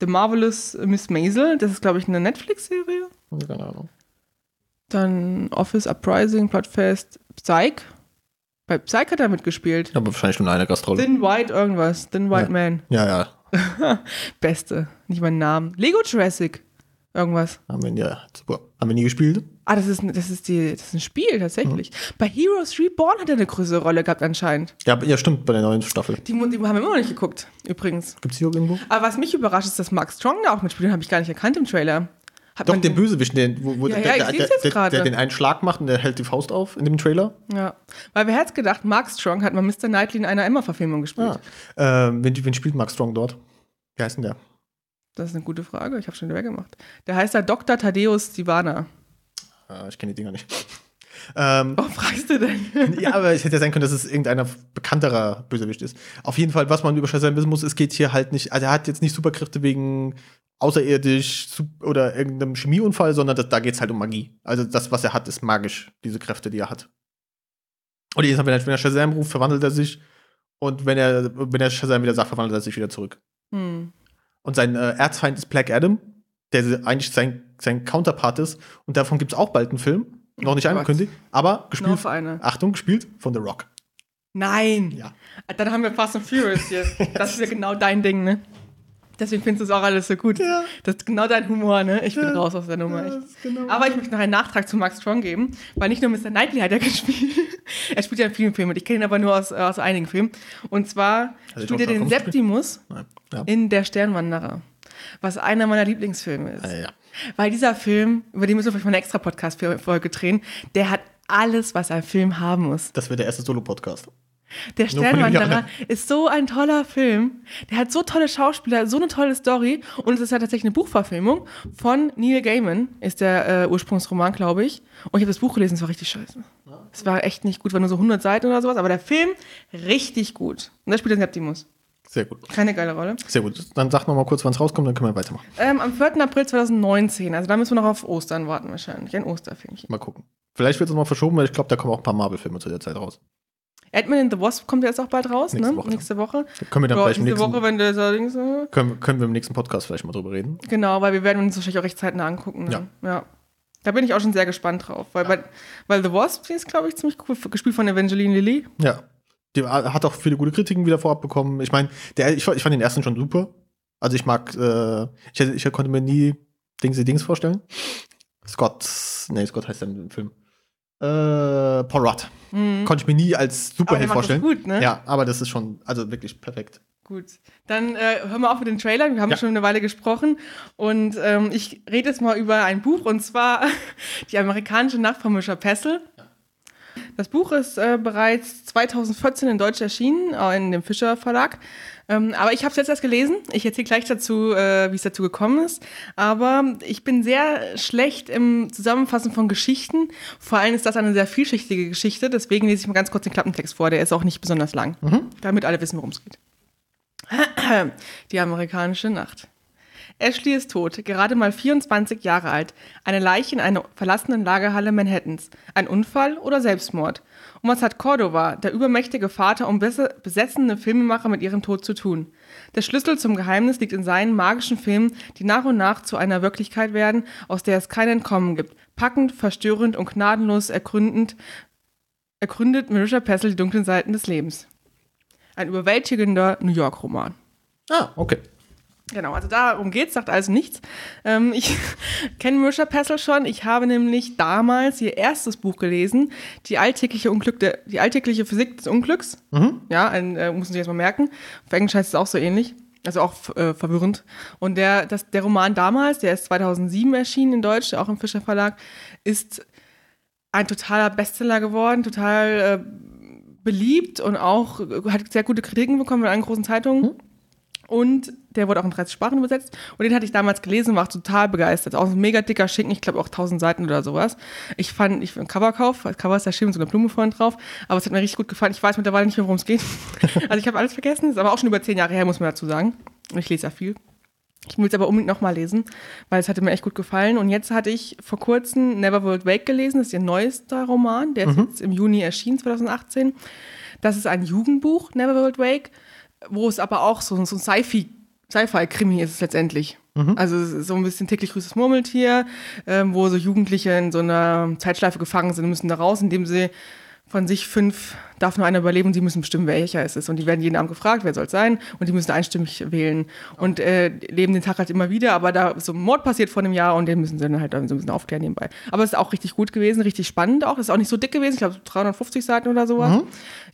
[SPEAKER 2] The Marvelous Miss Maisel, das ist, glaube ich, eine Netflix-Serie.
[SPEAKER 1] keine Ahnung.
[SPEAKER 2] Dann Office Uprising, Bloodfest, Psych. Bei Psych hat er mitgespielt.
[SPEAKER 1] Ich habe wahrscheinlich nur eine Gastrolle.
[SPEAKER 2] Thin White irgendwas, Thin White
[SPEAKER 1] Ja.
[SPEAKER 2] Man.
[SPEAKER 1] Ja, ja.
[SPEAKER 2] Beste, nicht mein Name. Lego Jurassic, irgendwas.
[SPEAKER 1] Haben wir, nie- ja, super. Haben wir nie gespielt?
[SPEAKER 2] Ah, das ist, ein- das ist, die, das ist ein Spiel tatsächlich. Bei Heroes Reborn hat er eine größere Rolle gehabt anscheinend.
[SPEAKER 1] Ja, ja stimmt, bei der neuen Staffel.
[SPEAKER 2] Die, mu- die haben wir immer noch nicht geguckt, übrigens.
[SPEAKER 1] Gibt's die auch irgendwo?
[SPEAKER 2] Aber was mich überrascht, ist, dass Mark Strong da auch mitspielt. Den habe ich gar nicht erkannt im Trailer. Hat
[SPEAKER 1] Doch,
[SPEAKER 2] man
[SPEAKER 1] der Bösewicht, der, wo, wo
[SPEAKER 2] Ja,
[SPEAKER 1] der,
[SPEAKER 2] ja, ich
[SPEAKER 1] der, der,
[SPEAKER 2] seh's jetzt
[SPEAKER 1] der,
[SPEAKER 2] gerade.
[SPEAKER 1] der den einen Schlag macht und der hält die Faust auf in dem Trailer.
[SPEAKER 2] Ja. Weil wer hätte gedacht, Mark Strong hat mal Mr. Knightley in einer Emma-Verfilmung gespielt.
[SPEAKER 1] Ja. Ähm, wen, wen spielt Mark Strong dort? Wie heißt denn der?
[SPEAKER 2] Das ist eine gute Frage. Ich habe schon wieder gemacht. Der heißt da Dr. Thaddeus Sivana.
[SPEAKER 1] Äh, ich kenne die Dinger nicht. Ähm,
[SPEAKER 2] Warum fragst du denn?
[SPEAKER 1] ja, aber es hätte ja sein können, dass es irgendeiner bekannterer Bösewicht ist. Auf jeden Fall, was man über Shazam wissen muss, es geht hier halt nicht, also er hat jetzt nicht Superkräfte wegen außerirdisch sup- oder irgendeinem Chemieunfall, sondern das, da geht es halt um Magie. Also das, was er hat, ist magisch, diese Kräfte, die er hat. Und jedes Mal, wenn er, wenn er Shazam ruft, verwandelt er sich. Und wenn er, wenn er Shazam wieder sagt, verwandelt er sich wieder zurück.
[SPEAKER 2] Hm.
[SPEAKER 1] Und sein äh, Erzfeind ist Black Adam, der se- eigentlich sein, sein Counterpart ist. Und davon gibt es auch bald einen Film. Noch nicht
[SPEAKER 2] Oh Gott.
[SPEAKER 1] angekündigt, aber
[SPEAKER 2] Noch
[SPEAKER 1] gespielt.
[SPEAKER 2] für eine.
[SPEAKER 1] Achtung, gespielt von The Rock.
[SPEAKER 2] Nein.
[SPEAKER 1] Ja.
[SPEAKER 2] Dann haben wir Fast and Furious hier. Das ist ja genau dein Ding, ne? Deswegen findest du es auch alles so gut.
[SPEAKER 1] Ja.
[SPEAKER 2] Das ist genau dein Humor, ne? Ich bin raus aus der Nummer. echt.
[SPEAKER 1] genau
[SPEAKER 2] Aber ich möchte noch einen Nachtrag zu Mark Strong geben, weil nicht nur Mr. Knightley hat er gespielt. er spielt ja in vielen Filmen. Ich kenne ihn aber nur aus, äh, aus einigen Filmen. Und zwar
[SPEAKER 1] Hat er
[SPEAKER 2] spielt
[SPEAKER 1] John
[SPEAKER 2] er den
[SPEAKER 1] Malkovich
[SPEAKER 2] Septimus
[SPEAKER 1] Nein. Ja.
[SPEAKER 2] in Der Sternwanderer, was einer meiner Lieblingsfilme ist.
[SPEAKER 1] Äh, ja.
[SPEAKER 2] Weil dieser Film, über den müssen wir vielleicht mal eine extra Podcast-Folge drehen, der hat alles, was ein Film haben muss.
[SPEAKER 1] Das wird der erste Solo-Podcast.
[SPEAKER 2] Der
[SPEAKER 1] Nur von dem
[SPEAKER 2] Sternwanderer
[SPEAKER 1] Jahr.
[SPEAKER 2] ist so ein toller Film. Der hat so tolle Schauspieler, so eine tolle Story. Und es ist ja tatsächlich eine Buchverfilmung von Neil Gaiman, ist der äh, Ursprungsroman, glaube ich. Und ich habe das Buch gelesen, es war richtig scheiße. Es war echt nicht gut, war nur so 100 Seiten oder sowas. Aber der Film, richtig gut. Und da spielt der Septimus.
[SPEAKER 1] Sehr gut.
[SPEAKER 2] Keine geile Rolle.
[SPEAKER 1] Sehr gut. Dann sag noch mal kurz, wann es rauskommt, dann können wir weitermachen.
[SPEAKER 2] Ähm, am 4. April 2019, also da müssen wir noch auf Ostern warten wahrscheinlich, ein Osterfähnchen.
[SPEAKER 1] Mal gucken. Vielleicht wird es mal verschoben, weil ich glaube, da kommen auch ein paar Marvel-Filme zu der Zeit raus.
[SPEAKER 2] Ant-Man and the Wasp kommt ja jetzt auch bald raus,
[SPEAKER 1] Nächste
[SPEAKER 2] ne?
[SPEAKER 1] Woche.
[SPEAKER 2] Nächste Woche.
[SPEAKER 1] Da können wir dann
[SPEAKER 2] Ja,
[SPEAKER 1] vielleicht im
[SPEAKER 2] nächste
[SPEAKER 1] nächsten,
[SPEAKER 2] Woche, wenn der allerdings... Äh,
[SPEAKER 1] können, können wir im nächsten Podcast vielleicht mal drüber reden.
[SPEAKER 2] Genau, weil wir werden uns wahrscheinlich auch recht zeitnah angucken. Ne? Ja. Da bin ich auch schon sehr gespannt drauf. Weil, bei, weil The Wasp, die ist, glaube ich, ziemlich cool. Gespielt von Evangeline Lilly.
[SPEAKER 1] Ja. Der hat auch viele gute Kritiken wieder vorab bekommen. Ich meine, der- ich, fand- ich fand den ersten schon super. Also ich mag, äh, ich, hätte- ich konnte mir nie Dingsy Dings vorstellen. Scott, nee, Scott heißt der im Film. Äh, Paul Rudd. Konnte ich mir nie als
[SPEAKER 2] Mhm. der
[SPEAKER 1] Superheld
[SPEAKER 2] macht das
[SPEAKER 1] vorstellen.
[SPEAKER 2] gut, ne?
[SPEAKER 1] Ja, aber das ist schon, also wirklich perfekt.
[SPEAKER 2] Gut. Dann äh, hören wir auf mit den Trailern. Wir haben
[SPEAKER 1] Ja.
[SPEAKER 2] schon eine Weile gesprochen. Und ähm, ich rede jetzt mal über ein Buch und zwar Die amerikanische Nacht von Mischa Pessel. Das Buch ist äh, bereits 2014 in Deutsch erschienen, äh, in dem Fischer Verlag. Ähm, aber ich habe es jetzt erst gelesen. Ich erzähle gleich dazu, äh, wie es dazu gekommen ist. Aber ich bin sehr schlecht im Zusammenfassen von Geschichten. Vor allem ist das eine sehr vielschichtige Geschichte. Deswegen lese ich mal ganz kurz den Klappentext vor. Der ist auch nicht besonders lang, damit alle wissen, worum es geht. Die amerikanische Nacht. Ashley ist tot, gerade mal 24 Jahre alt. Eine Leiche in einer verlassenen Lagerhalle Manhattans. Ein Unfall oder Selbstmord? Und was hat Cordova, der übermächtige Vater und bes- besessene Filmemacher, mit ihrem Tod zu tun? Der Schlüssel zum Geheimnis liegt in seinen magischen Filmen, die nach und nach zu einer Wirklichkeit werden, aus der es kein Entkommen gibt. Packend, verstörend und gnadenlos ergründend, ergründet Marisha Pessel die dunklen Seiten des Lebens. Ein überwältigender New York-Roman.
[SPEAKER 1] Ah, okay.
[SPEAKER 2] Genau, also darum geht's, sagt also nichts. Ähm, ich kenne Marisha Pessl schon. Ich habe nämlich damals ihr erstes Buch gelesen, Die alltägliche, Unglück der, die alltägliche Physik des Unglücks's. Ja, ein, äh, muss man sich erstmal merken. Auf Englisch heißt es auch so ähnlich. Also auch äh, verwirrend. Und der, das, der Roman damals, der ist 2007 erschienen in Deutsch, auch im Fischer Verlag, ist ein totaler Bestseller geworden, total äh, beliebt und auch äh, hat sehr gute Kritiken bekommen in allen großen Zeitungen. Und der wurde auch in 30 Sprachen übersetzt. Und den hatte ich damals gelesen, war total begeistert. Auch ein mega dicker Schinken, ich glaube auch 1000 Seiten oder sowas. Ich fand, ich ein Coverkauf, das Cover ist ja schön mit so einer Blume vorne drauf, aber es hat mir richtig gut gefallen. Ich weiß mittlerweile nicht mehr, worum es geht. also ich habe alles vergessen, ist aber auch schon über 10 Jahre her, muss man dazu sagen. Und ich lese ja viel. Ich will es aber unbedingt nochmal lesen, weil es hatte mir echt gut gefallen. Und jetzt hatte ich vor kurzem Never Will Wake gelesen, das ist ihr neuester Roman, der ist jetzt im Juni erschien, 2018. Das ist ein Jugendbuch, Never Will Wake, wo es aber auch so, so ein Sci-Fi, Sci-Fi-Krimi ist es letztendlich. Also es ist so ein bisschen täglich grüßes Murmeltier, ähm, wo so Jugendliche in so einer Zeitschleife gefangen sind und müssen da raus, indem sie von sich fünf darf nur einer überleben, sie müssen bestimmen, welcher es ist. Und die werden jeden Abend gefragt, wer soll es sein? Und die müssen einstimmig wählen und äh, leben den Tag halt immer wieder. Aber da ist so ein Mord passiert vor einem Jahr und den müssen sie dann halt dann so ein bisschen aufklären nebenbei. Aber es ist auch richtig gut gewesen, richtig spannend auch. Es ist auch nicht so dick gewesen, ich glaube 350 Seiten oder sowas.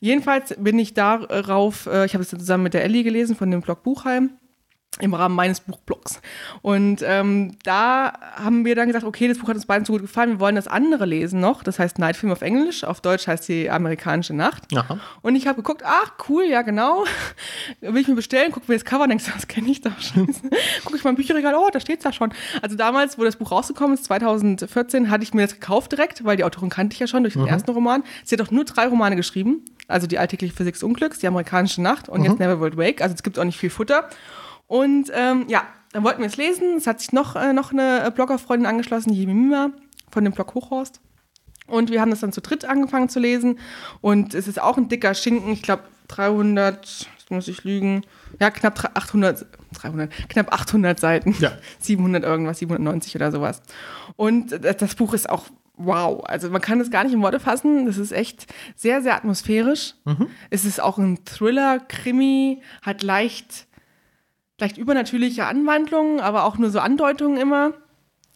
[SPEAKER 2] Jedenfalls bin ich darauf, äh, ich habe es dann zusammen mit der Ellie gelesen von dem Blog Buchheim im Rahmen meines Buchblogs. Und ähm, da haben wir dann gesagt, okay, das Buch hat uns beiden so gut gefallen, wir wollen das andere lesen noch. Das heißt Nightfilm auf Englisch, auf Deutsch heißt die amerikanische Nacht.
[SPEAKER 1] Aha.
[SPEAKER 2] Und ich habe geguckt, ach cool, ja genau, will ich mir bestellen, guck mir das Cover, denkst du, das kenne ich doch schon. guck ich mal im Bücherregal, oh, da steht's da schon. Also damals, wo das Buch rausgekommen ist, 2014, hatte ich mir das gekauft direkt, weil die Autorin kannte ich ja schon durch den ersten Roman. Sie hat auch nur drei Romane geschrieben, also die alltägliche Physik des Unglücks, die amerikanische Nacht und jetzt Never World Wake, also es gibt auch nicht viel Futter. Und ähm, ja, dann wollten wir es lesen. Es hat sich noch, äh, noch eine äh, Bloggerfreundin angeschlossen, die Mima von dem Blog Hochhorst. Und wir haben das dann zu dritt angefangen zu lesen. Und es ist auch ein dicker Schinken. Ich glaube, 300, jetzt muss ich lügen, ja, knapp 300 800, 300, knapp 800 Seiten.
[SPEAKER 1] Ja.
[SPEAKER 2] 700 irgendwas, 790 oder sowas. Und das, das Buch ist auch wow. Also man kann das gar nicht in Worte fassen. Das ist echt sehr, sehr atmosphärisch. Es ist auch ein Thriller, Krimi, hat leicht, leicht übernatürliche Anwandlungen, aber auch nur so Andeutungen immer.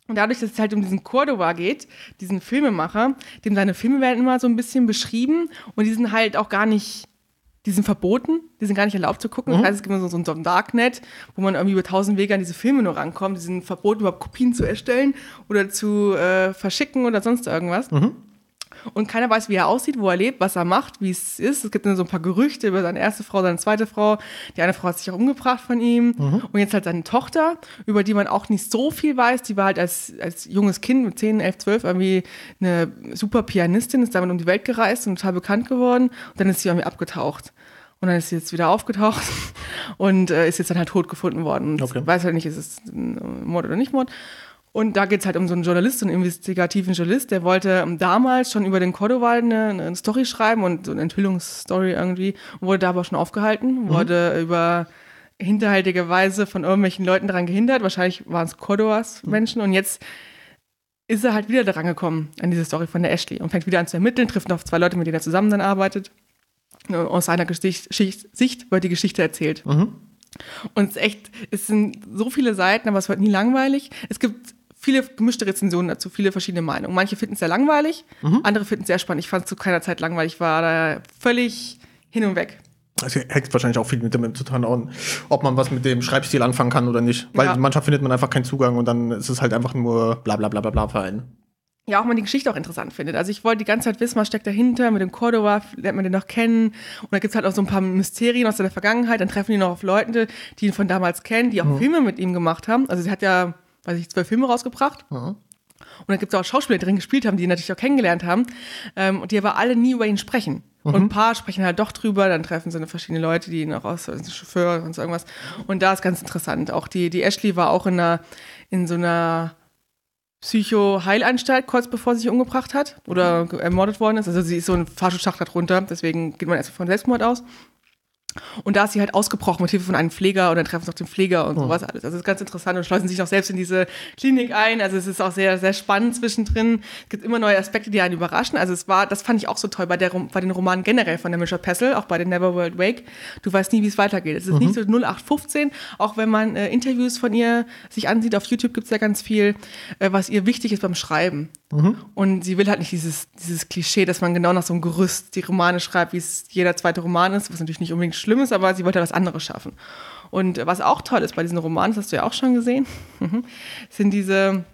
[SPEAKER 2] Und dadurch, dass es halt um diesen Cordova geht, diesen Filmemacher, dem seine Filme werden immer so ein bisschen beschrieben und die sind halt auch gar nicht, die sind verboten, die sind gar nicht erlaubt zu gucken. Das heißt, es gibt immer so, so ein Darknet, wo man irgendwie über tausend Wege an diese Filme nur rankommt. Die sind verboten, überhaupt Kopien zu erstellen oder zu äh, verschicken oder sonst irgendwas. Und keiner weiß, wie er aussieht, wo er lebt, was er macht, wie es ist. Es gibt dann so ein paar Gerüchte über seine erste Frau, seine zweite Frau. Die eine Frau hat sich auch umgebracht von ihm. Und jetzt halt seine Tochter, über die man auch nicht so viel weiß. Die war halt als, als junges Kind mit 10, 11, 12 irgendwie eine super Pianistin, ist damit um die Welt gereist und total bekannt geworden. Und dann ist sie irgendwie abgetaucht. Und dann ist sie jetzt wieder aufgetaucht und äh, ist jetzt dann halt tot gefunden worden. Und
[SPEAKER 1] Okay.
[SPEAKER 2] weiß halt nicht, ist es ein äh, Mord oder nicht Mord. Und da geht es halt um so einen Journalist, so einen investigativen Journalist, der wollte ähm, damals schon über den Cordova eine, eine Story schreiben und so eine Enthüllungsstory irgendwie, und wurde da aber schon aufgehalten, wurde über hinterhältige Weise von irgendwelchen Leuten daran gehindert. Wahrscheinlich waren es Cordovas Menschen und jetzt ist er halt wieder daran gekommen, an diese Story von der Ashley und fängt wieder an zu ermitteln, trifft noch auf zwei Leute, mit denen er zusammen dann arbeitet. Und äh, Aus seiner Gesicht, Schicht, Sicht wird die Geschichte erzählt. Und es ist echt, es sind so viele Seiten, aber es wird nie langweilig. Es gibt viele gemischte Rezensionen dazu, viele verschiedene Meinungen. Manche finden es sehr langweilig, andere finden es sehr spannend. Ich fand es zu keiner Zeit langweilig, war da völlig hin und weg.
[SPEAKER 1] Es hängt wahrscheinlich auch viel mit dem zu tun, an, ob man was mit dem Schreibstil anfangen kann oder nicht. Weil
[SPEAKER 2] Ja.
[SPEAKER 1] manchmal findet man einfach keinen Zugang und dann ist es halt einfach nur bla bla bla bla bla Verein.
[SPEAKER 2] ja auch man die Geschichte auch interessant findet. Also ich wollte die ganze Zeit wissen, was steckt dahinter mit dem Cordova, lernt man den noch kennen. Und da gibt's halt auch so ein paar Mysterien aus seiner Vergangenheit. Dann treffen die noch auf Leute, die ihn von damals kennen, die auch Filme mit ihm gemacht haben. Also sie hat ja, weiß ich, zwölf Filme rausgebracht. Und dann gibt's auch Schauspieler, die drin gespielt haben, die ihn natürlich auch kennengelernt haben. Ähm, und die aber alle nie über ihn sprechen. Und ein paar sprechen halt doch drüber, dann treffen sie noch verschiedene Leute, die ihn auch aus, also Chauffeur und sonst irgendwas. Und da ist ganz interessant. Auch die, die Ashley war auch in einer, in so einer Psycho-Heilanstalt, kurz bevor sie sich umgebracht hat oder ge- ermordet worden ist. Also sie ist so ein Fahrstuhlschacht darunter, deswegen geht man erst von Selbstmord aus. Und da ist sie halt ausgebrochen mit Hilfe von einem Pfleger und dann treffen sie noch den Pfleger und sowas alles. Also es ist ganz interessant und schleusen sich noch selbst in diese Klinik ein. Also es ist auch sehr, sehr spannend zwischendrin. Es gibt immer neue Aspekte, die einen überraschen. Also es war, das fand ich auch so toll bei, der, Rom- bei den Romanen generell von der Mischa Pessel, auch bei den Neverworld Wake. Du weißt nie, wie es weitergeht. Es ist nicht so 0815, auch wenn man äh, Interviews von ihr sich ansieht. Auf YouTube gibt es ja ganz viel, äh, was ihr wichtig ist beim Schreiben. Und sie will halt nicht dieses, dieses Klischee, dass man genau nach so einem Gerüst die Romane schreibt, wie es jeder zweite Roman ist, was natürlich nicht unbedingt schlimm ist, aber sie wollte was anderes schaffen. Und äh, was auch toll ist bei diesen Romanen, das hast du ja auch schon gesehen, sind diese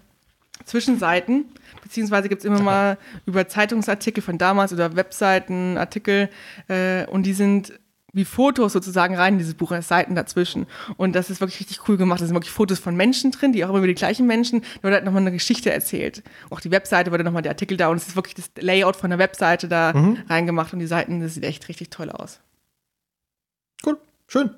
[SPEAKER 2] Zwischenseiten, beziehungsweise gibt es immer mal über Zeitungsartikel von damals oder Webseiten, Artikel äh, und die sind wie Fotos sozusagen rein in dieses Buch, als Seiten dazwischen. Und das ist wirklich richtig cool gemacht. Da sind wirklich Fotos von Menschen drin, die auch immer über die gleichen Menschen, da wird halt nochmal eine Geschichte erzählt. Auch die Webseite wurde nochmal der Artikel da und es ist wirklich das Layout von der Webseite da reingemacht und die Seiten, das sieht echt richtig toll aus.
[SPEAKER 1] Gut, schön.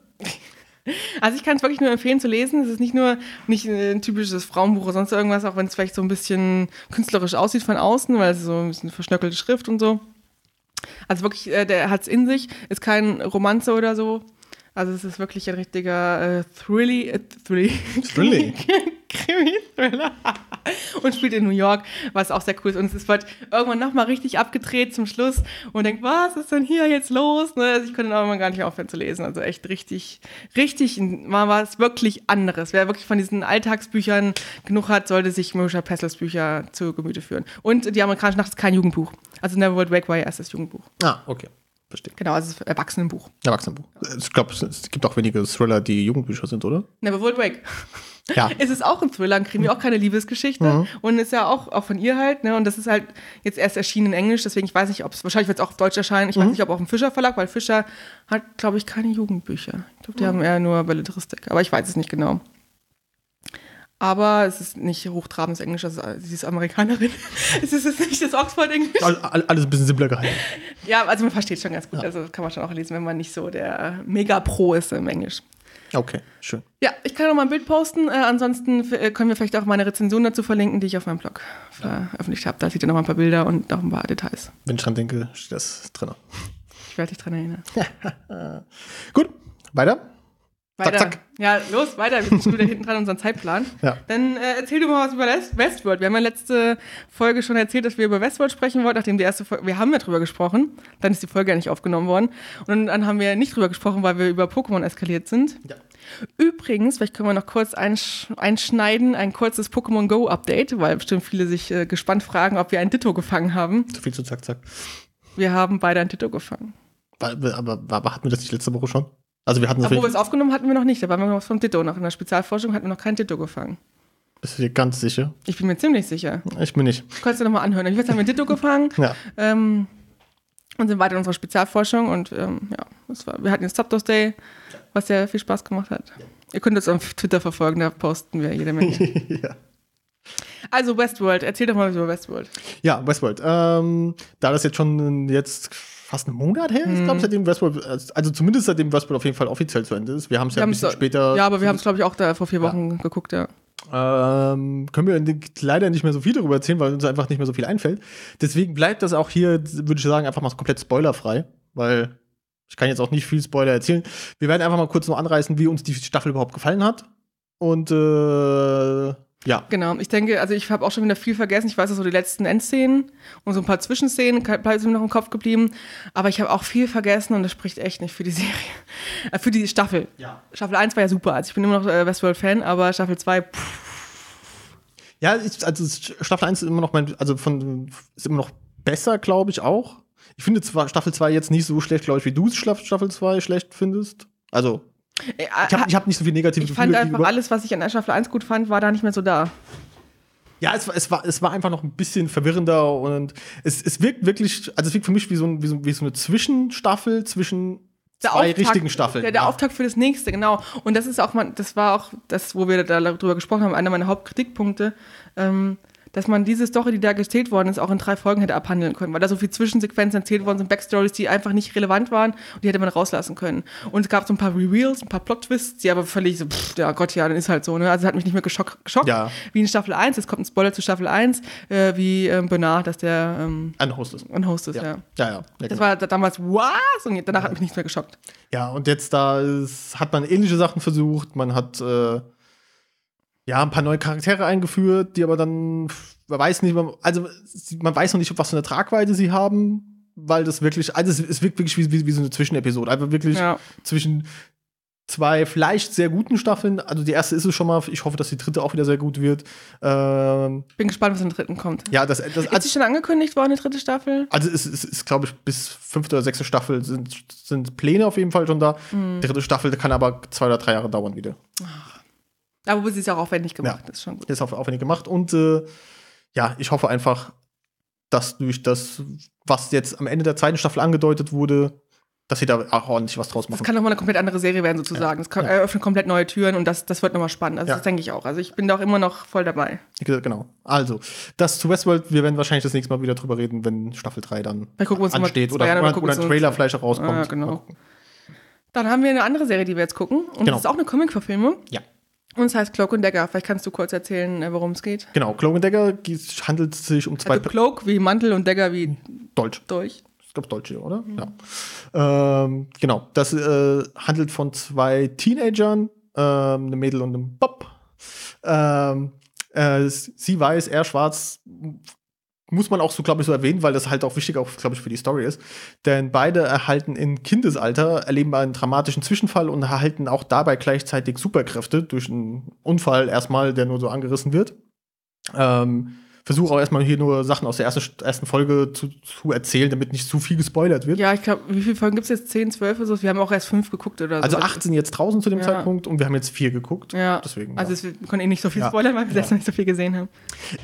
[SPEAKER 2] Also ich kann es wirklich nur empfehlen zu lesen. Es ist nicht nur nicht äh, ein typisches Frauenbuch oder sonst irgendwas, auch wenn es vielleicht so ein bisschen künstlerisch aussieht von außen, weil es so ein bisschen verschnöckelte Schrift und so. Also wirklich, äh, der hat es in sich, ist kein Romanze oder so. Also es ist wirklich ein richtiger äh, Thrilly, äh, Thrilly,
[SPEAKER 1] Thrilly.
[SPEAKER 2] Krimi-Thriller und spielt in New York, was auch sehr cool ist. Und es ist halt irgendwann nochmal richtig abgedreht zum Schluss und denkt, was ist denn hier jetzt los? Ne? Also ich konnte ihn auch irgendwann gar nicht mehr aufhören zu lesen. Also echt richtig, richtig, ein- mal was wirklich anderes. Wer wirklich von diesen Alltagsbüchern genug hat, sollte sich Marisha Pessels Bücher zu Gemüte führen. Und Die amerikanische Nacht ist kein Jugendbuch. Also Never Would Wake war ihr erstes Jugendbuch.
[SPEAKER 1] Ah, okay. Verstehe.
[SPEAKER 2] Genau, also es ist ein Erwachsenenbuch.
[SPEAKER 1] Erwachsenenbuch. Ich glaube, es gibt auch wenige Thriller, die Jugendbücher sind, oder?
[SPEAKER 2] Never Would Wake.
[SPEAKER 1] Ja.
[SPEAKER 2] Es ist auch ein Thriller, ein Krimi, auch keine Liebesgeschichte. Und ist ja auch, auch von ihr halt, ne? Und das ist halt jetzt erst erschienen in Englisch, deswegen ich weiß nicht, ob es, wahrscheinlich wird es auch auf Deutsch erscheinen. Ich weiß nicht, ob auch im Fischer Verlag, weil Fischer hat, glaube ich, keine Jugendbücher. Ich glaube, die haben eher nur Belletristik, aber ich weiß es nicht genau. Aber es ist nicht hochtrabendes Englisch, also sie ist Amerikanerin. es ist jetzt nicht das Oxford-Englisch.
[SPEAKER 1] All- all- Alles ein bisschen simpler gehalten.
[SPEAKER 2] Ja, also man versteht schon ganz gut. Also kann man schon auch lesen, wenn man nicht so der Mega-Pro ist im Englisch.
[SPEAKER 1] Okay, schön.
[SPEAKER 2] Ja, ich kann auch mal ein Bild posten. Äh, ansonsten f- äh, können wir vielleicht auch meine Rezension dazu verlinken, die ich auf meinem Blog veröffentlicht habe. Da seht ihr noch mal ein paar Bilder und noch ein paar Details.
[SPEAKER 1] Wenn ich dran denke, steht das drin.
[SPEAKER 2] Ich werde dich dran erinnern.
[SPEAKER 1] Gut, weiter.
[SPEAKER 2] Weiter.
[SPEAKER 1] zack.
[SPEAKER 2] Ja, los, weiter. Wir sind schon wieder hinten dran unseren Zeitplan.
[SPEAKER 1] Ja.
[SPEAKER 2] Dann äh, erzähl du mal was über Les- Westworld. Wir haben ja letzte Folge schon erzählt, dass wir über Westworld sprechen wollten, nachdem die erste Folge, wir haben ja drüber gesprochen, dann ist die Folge ja nicht aufgenommen worden. Und dann haben wir nicht drüber gesprochen, weil wir über Pokémon eskaliert sind.
[SPEAKER 1] Ja.
[SPEAKER 2] Übrigens, vielleicht können wir noch kurz einsch einschneiden, ein kurzes Pokémon Go Update, weil bestimmt viele sich äh, gespannt fragen, ob wir ein Ditto gefangen haben.
[SPEAKER 1] Zu viel zu zack, zack.
[SPEAKER 2] Wir haben beide ein Ditto gefangen.
[SPEAKER 1] War- Aber, aber hatten wir das nicht letzte Woche schon? Also wir hatten das,
[SPEAKER 2] Obwohl wir es aufgenommen hatten wir noch nicht, da waren wir noch vom Ditto. Nach einer Spezialforschung hatten wir noch kein Ditto gefangen.
[SPEAKER 1] ist hier ganz sicher.
[SPEAKER 2] Ich bin mir ziemlich sicher.
[SPEAKER 1] Ich bin nicht.
[SPEAKER 2] Du kannst dir nochmal anhören. Jedenfalls haben wir Ditto gefangen
[SPEAKER 1] Ja.
[SPEAKER 2] ähm, und sind weiter in unserer Spezialforschung. Und ähm, ja, das war, wir hatten den Zapdos Day, was sehr viel Spaß gemacht hat. Ihr könnt uns auf Twitter verfolgen, da posten wir jede Menge.
[SPEAKER 1] ja.
[SPEAKER 2] also Westworld, erzähl doch mal was über Westworld.
[SPEAKER 1] Ja, Westworld. Ähm, da das jetzt schon jetzt fast einen Monat her ist, glaube ich, seitdem Westworld, also zumindest seitdem Westworld auf jeden Fall offiziell zu Ende ist. Wir haben es ja ein
[SPEAKER 2] haben's
[SPEAKER 1] bisschen
[SPEAKER 2] doch-
[SPEAKER 1] später.
[SPEAKER 2] Ja, aber wir haben es, glaube ich, auch da vor vier Wochen geguckt, ja.
[SPEAKER 1] Ähm, können wir in den- leider nicht mehr so viel darüber erzählen, weil uns einfach nicht mehr so viel einfällt. Deswegen bleibt das auch hier, würde ich sagen, einfach mal komplett spoilerfrei, weil ich kann jetzt auch nicht viel Spoiler erzählen. Wir werden einfach mal kurz nur anreißen, wie uns die Staffel überhaupt gefallen hat. Und äh, ja.
[SPEAKER 2] Genau, ich denke, also ich habe auch schon wieder viel vergessen. Ich weiß, so die letzten Endszenen und so ein paar Zwischenszenen ke- bleiben mir noch im Kopf geblieben. Aber ich habe auch viel vergessen und das spricht echt nicht für die Serie. Äh, für die Staffel.
[SPEAKER 1] Ja.
[SPEAKER 2] Staffel 1 war ja super. Also ich bin immer noch äh, Westworld-Fan, aber Staffel 2, pff,
[SPEAKER 1] Ja, ich, also es- Staffel 1 ist immer noch mein, also von ist immer noch besser, glaube ich, auch. Ich finde zwar Staffel 2 jetzt nicht so schlecht, glaube ich, wie du Schlaf- Staffel 2 schlecht findest. Also,
[SPEAKER 2] äh,
[SPEAKER 1] ich habe ich hab nicht so viel negative
[SPEAKER 2] ich fand
[SPEAKER 1] Gefühle
[SPEAKER 2] einfach
[SPEAKER 1] gegenüber-
[SPEAKER 2] alles, was ich an Staffel 1 gut fand, war da nicht mehr so da.
[SPEAKER 1] Ja, es, war- es, war, es war einfach noch ein bisschen verwirrender und es, es wirkt wirklich, also es wirkt für mich wie so, ein, wie so, wie so eine Zwischenstaffel zwischen
[SPEAKER 2] der
[SPEAKER 1] zwei
[SPEAKER 2] Auftakt-
[SPEAKER 1] richtigen Staffeln.
[SPEAKER 2] Der, der
[SPEAKER 1] ja.
[SPEAKER 2] Auftakt für das nächste, genau. Und das ist auch, man, das war auch das, wo wir da darüber gesprochen haben, einer meiner Hauptkritikpunkte, ähm, dass man diese Story, die da gezählt worden ist, auch in drei Folgen hätte abhandeln können, weil da so viele Zwischensequenzen erzählt worden sind, Backstories, die einfach nicht relevant waren und die hätte man rauslassen können. Und es gab so ein paar Reveals, ein paar Plot-Twists, die aber völlig so, pff, ja Gott, ja, dann ist halt so, ne? Also es hat mich nicht mehr geschock, geschockt,
[SPEAKER 1] Ja.
[SPEAKER 2] wie in Staffel 1, jetzt kommt ein Spoiler zu Staffel 1, äh, wie ähm, Bernard, dass der ähm,
[SPEAKER 1] Ein Hostess.
[SPEAKER 2] ein Host ist,
[SPEAKER 1] Ja,
[SPEAKER 2] ja.
[SPEAKER 1] ja. ja, ja,
[SPEAKER 2] Das
[SPEAKER 1] genau.
[SPEAKER 2] war da- damals, was? Und danach hat mich nichts mehr geschockt.
[SPEAKER 1] ja, und jetzt da ist, hat man ähnliche Sachen versucht, man hat äh, ja ein paar neue Charaktere eingeführt, die aber dann, pff, man weiß nicht, man, also sie- man weiß noch nicht, was für eine Tragweite sie haben, weil das wirklich, also es, es wirkt wirklich wie, wie, wie so eine Zwischenepisode. Einfach wirklich
[SPEAKER 2] Ja.
[SPEAKER 1] zwischen zwei vielleicht sehr guten Staffeln. Also die erste ist es schon mal. Ich hoffe, dass die dritte auch wieder sehr gut wird. Ähm,
[SPEAKER 2] Bin gespannt, was in der dritten kommt.
[SPEAKER 1] ja, das, das
[SPEAKER 2] Ist sie
[SPEAKER 1] also,
[SPEAKER 2] schon angekündigt worden, die dritte Staffel?
[SPEAKER 1] also es ist, ist glaube ich, bis fünfte oder sechste Staffel sind, sind Pläne auf jeden Fall schon da.
[SPEAKER 2] Mhm.
[SPEAKER 1] Die dritte Staffel kann aber zwei oder drei Jahre dauern wieder.
[SPEAKER 2] Aber sie ist ja auch aufwendig gemacht, das ist schon gut.
[SPEAKER 1] Das ist auf, aufwendig gemacht. Und äh, ja, ich hoffe einfach, dass durch das, was jetzt am Ende der zweiten Staffel angedeutet wurde, dass sie da auch ordentlich was draus
[SPEAKER 2] Das
[SPEAKER 1] machen.
[SPEAKER 2] kann nochmal eine komplett andere Serie werden, sozusagen. Das kann, eröffnet komplett neue Türen und das, das wird nochmal spannend. Also,
[SPEAKER 1] Ja.
[SPEAKER 2] das denke ich auch. Also, ich bin da auch immer noch voll dabei.
[SPEAKER 1] Wie gesagt, Genau. Also, das zu Westworld, wir werden wahrscheinlich das nächste Mal wieder drüber reden, wenn Staffel 3 dann
[SPEAKER 2] Dann gucken wir uns mal
[SPEAKER 1] ansteht
[SPEAKER 2] zwei
[SPEAKER 1] oder,
[SPEAKER 2] Jahre, dann
[SPEAKER 1] oder,
[SPEAKER 2] gucken wir
[SPEAKER 1] oder
[SPEAKER 2] uns
[SPEAKER 1] ein Trailer vielleicht auch rauskommt.
[SPEAKER 2] Ja, genau.
[SPEAKER 1] Mal gucken.
[SPEAKER 2] Dann haben wir eine andere Serie, die wir jetzt gucken. Und
[SPEAKER 1] Genau.
[SPEAKER 2] das ist auch eine Comic-Verfilmung.
[SPEAKER 1] Ja.
[SPEAKER 2] Und es heißt Cloak und Dagger. Vielleicht kannst du kurz erzählen, äh, worum es geht.
[SPEAKER 1] Genau, Cloak and Dagger geht- handelt sich um zwei
[SPEAKER 2] Also Cloak wie Mantel und Dagger wie
[SPEAKER 1] Deutsch.
[SPEAKER 2] Dolch.
[SPEAKER 1] Ich glaube Deutsche, oder?
[SPEAKER 2] Mhm.
[SPEAKER 1] Ja. Ähm, genau, das äh, handelt von zwei Teenagern, ähm, einem Mädel und einem Bob. Ähm, äh, s- sie weiß, er schwarz. M- Muss man auch so, glaube ich, so erwähnen, weil das halt auch wichtig, auch, glaube ich, für die Story ist. Denn beide erhalten im Kindesalter, erleben einen dramatischen Zwischenfall und erhalten auch dabei gleichzeitig Superkräfte durch einen Unfall erstmal, der nur so angerissen wird. Ähm, versuche auch erstmal hier nur Sachen aus der ersten, ersten Folge zu, zu erzählen, damit nicht zu viel gespoilert wird.
[SPEAKER 2] Ja, ich glaube, wie viele Folgen gibt es jetzt? Zehn, zwölf oder so? Wir haben auch erst fünf geguckt oder so.
[SPEAKER 1] Also acht sind jetzt draußen zu dem
[SPEAKER 2] Ja.
[SPEAKER 1] Zeitpunkt und wir haben jetzt vier geguckt.
[SPEAKER 2] Ja.
[SPEAKER 1] Deswegen.
[SPEAKER 2] also
[SPEAKER 1] ja.
[SPEAKER 2] es, wir konnten eh nicht so viel
[SPEAKER 1] Ja.
[SPEAKER 2] spoilern, weil wir
[SPEAKER 1] Ja.
[SPEAKER 2] selbst noch nicht so viel gesehen haben.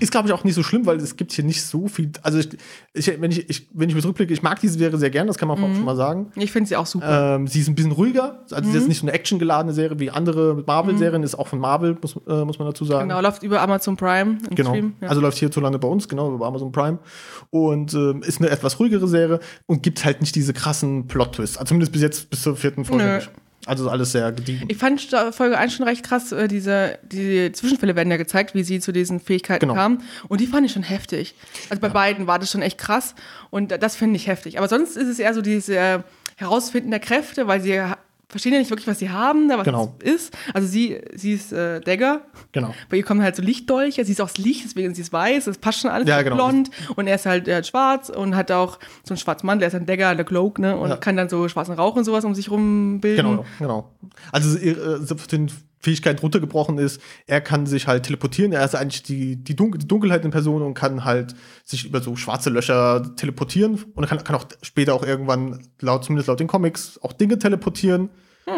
[SPEAKER 1] Ist, glaube ich, auch nicht so schlimm, weil es gibt hier nicht so viel. Also ich, ich, wenn, ich, ich, wenn ich mir zurückblicke, ich mag diese Serie sehr gern, das kann man
[SPEAKER 2] Mhm.
[SPEAKER 1] auch schon mal sagen.
[SPEAKER 2] Ich finde sie auch super.
[SPEAKER 1] Ähm, sie ist ein bisschen ruhiger, also
[SPEAKER 2] Mhm.
[SPEAKER 1] sie ist nicht so eine actiongeladene Serie wie andere Marvel-Serien, ist auch von Marvel, muss, äh, muss man dazu sagen.
[SPEAKER 2] genau, läuft über Amazon Prime. im
[SPEAKER 1] Genau.
[SPEAKER 2] Stream, ja.
[SPEAKER 1] Also läuft hierzulande bei uns, genau, über Amazon Prime. Und ähm, ist eine etwas ruhigere Serie und gibt halt nicht diese krassen Plot-Twists. Also zumindest bis jetzt, bis zur vierten Folge
[SPEAKER 2] Nö.
[SPEAKER 1] nicht. Also ist alles sehr gediegen.
[SPEAKER 2] Ich fand Sta- Folge 1 schon recht krass. äh, Diese, die Zwischenfälle werden ja gezeigt, wie sie zu diesen Fähigkeiten
[SPEAKER 1] Genau.
[SPEAKER 2] kamen. Und die fand ich schon heftig. Also bei beiden war das schon echt krass. Und äh, das finde ich heftig. Aber sonst ist es eher so diese äh, Herausfinden der Kräfte, weil sie ha- verstehen ja nicht wirklich, was sie haben, da was
[SPEAKER 1] Genau.
[SPEAKER 2] es ist. Also sie, sie ist äh, Dagger.
[SPEAKER 1] Genau.
[SPEAKER 2] Bei ihr kommen halt so Lichtdolche. Sie ist auch das Licht, deswegen sie ist weiß. Es passt schon alles.
[SPEAKER 1] Ja,
[SPEAKER 2] sie ist
[SPEAKER 1] genau.
[SPEAKER 2] Blond. Und er ist halt äh, schwarz und hat auch so einen schwarzen Mantel. Er ist ein Dagger, der Cloak, ne? Und
[SPEAKER 1] Ja.
[SPEAKER 2] kann dann so schwarzen Rauch und sowas um sich rum bilden.
[SPEAKER 1] Genau, genau. Also ihre äh, auf den Fähigkeit runtergebrochen ist, er kann sich halt teleportieren, er ist eigentlich die, die, Dunkel, die Dunkelheit in Person und kann halt sich über so schwarze Löcher teleportieren und er kann, kann auch später auch irgendwann, laut, zumindest laut den Comics, auch Dinge teleportieren.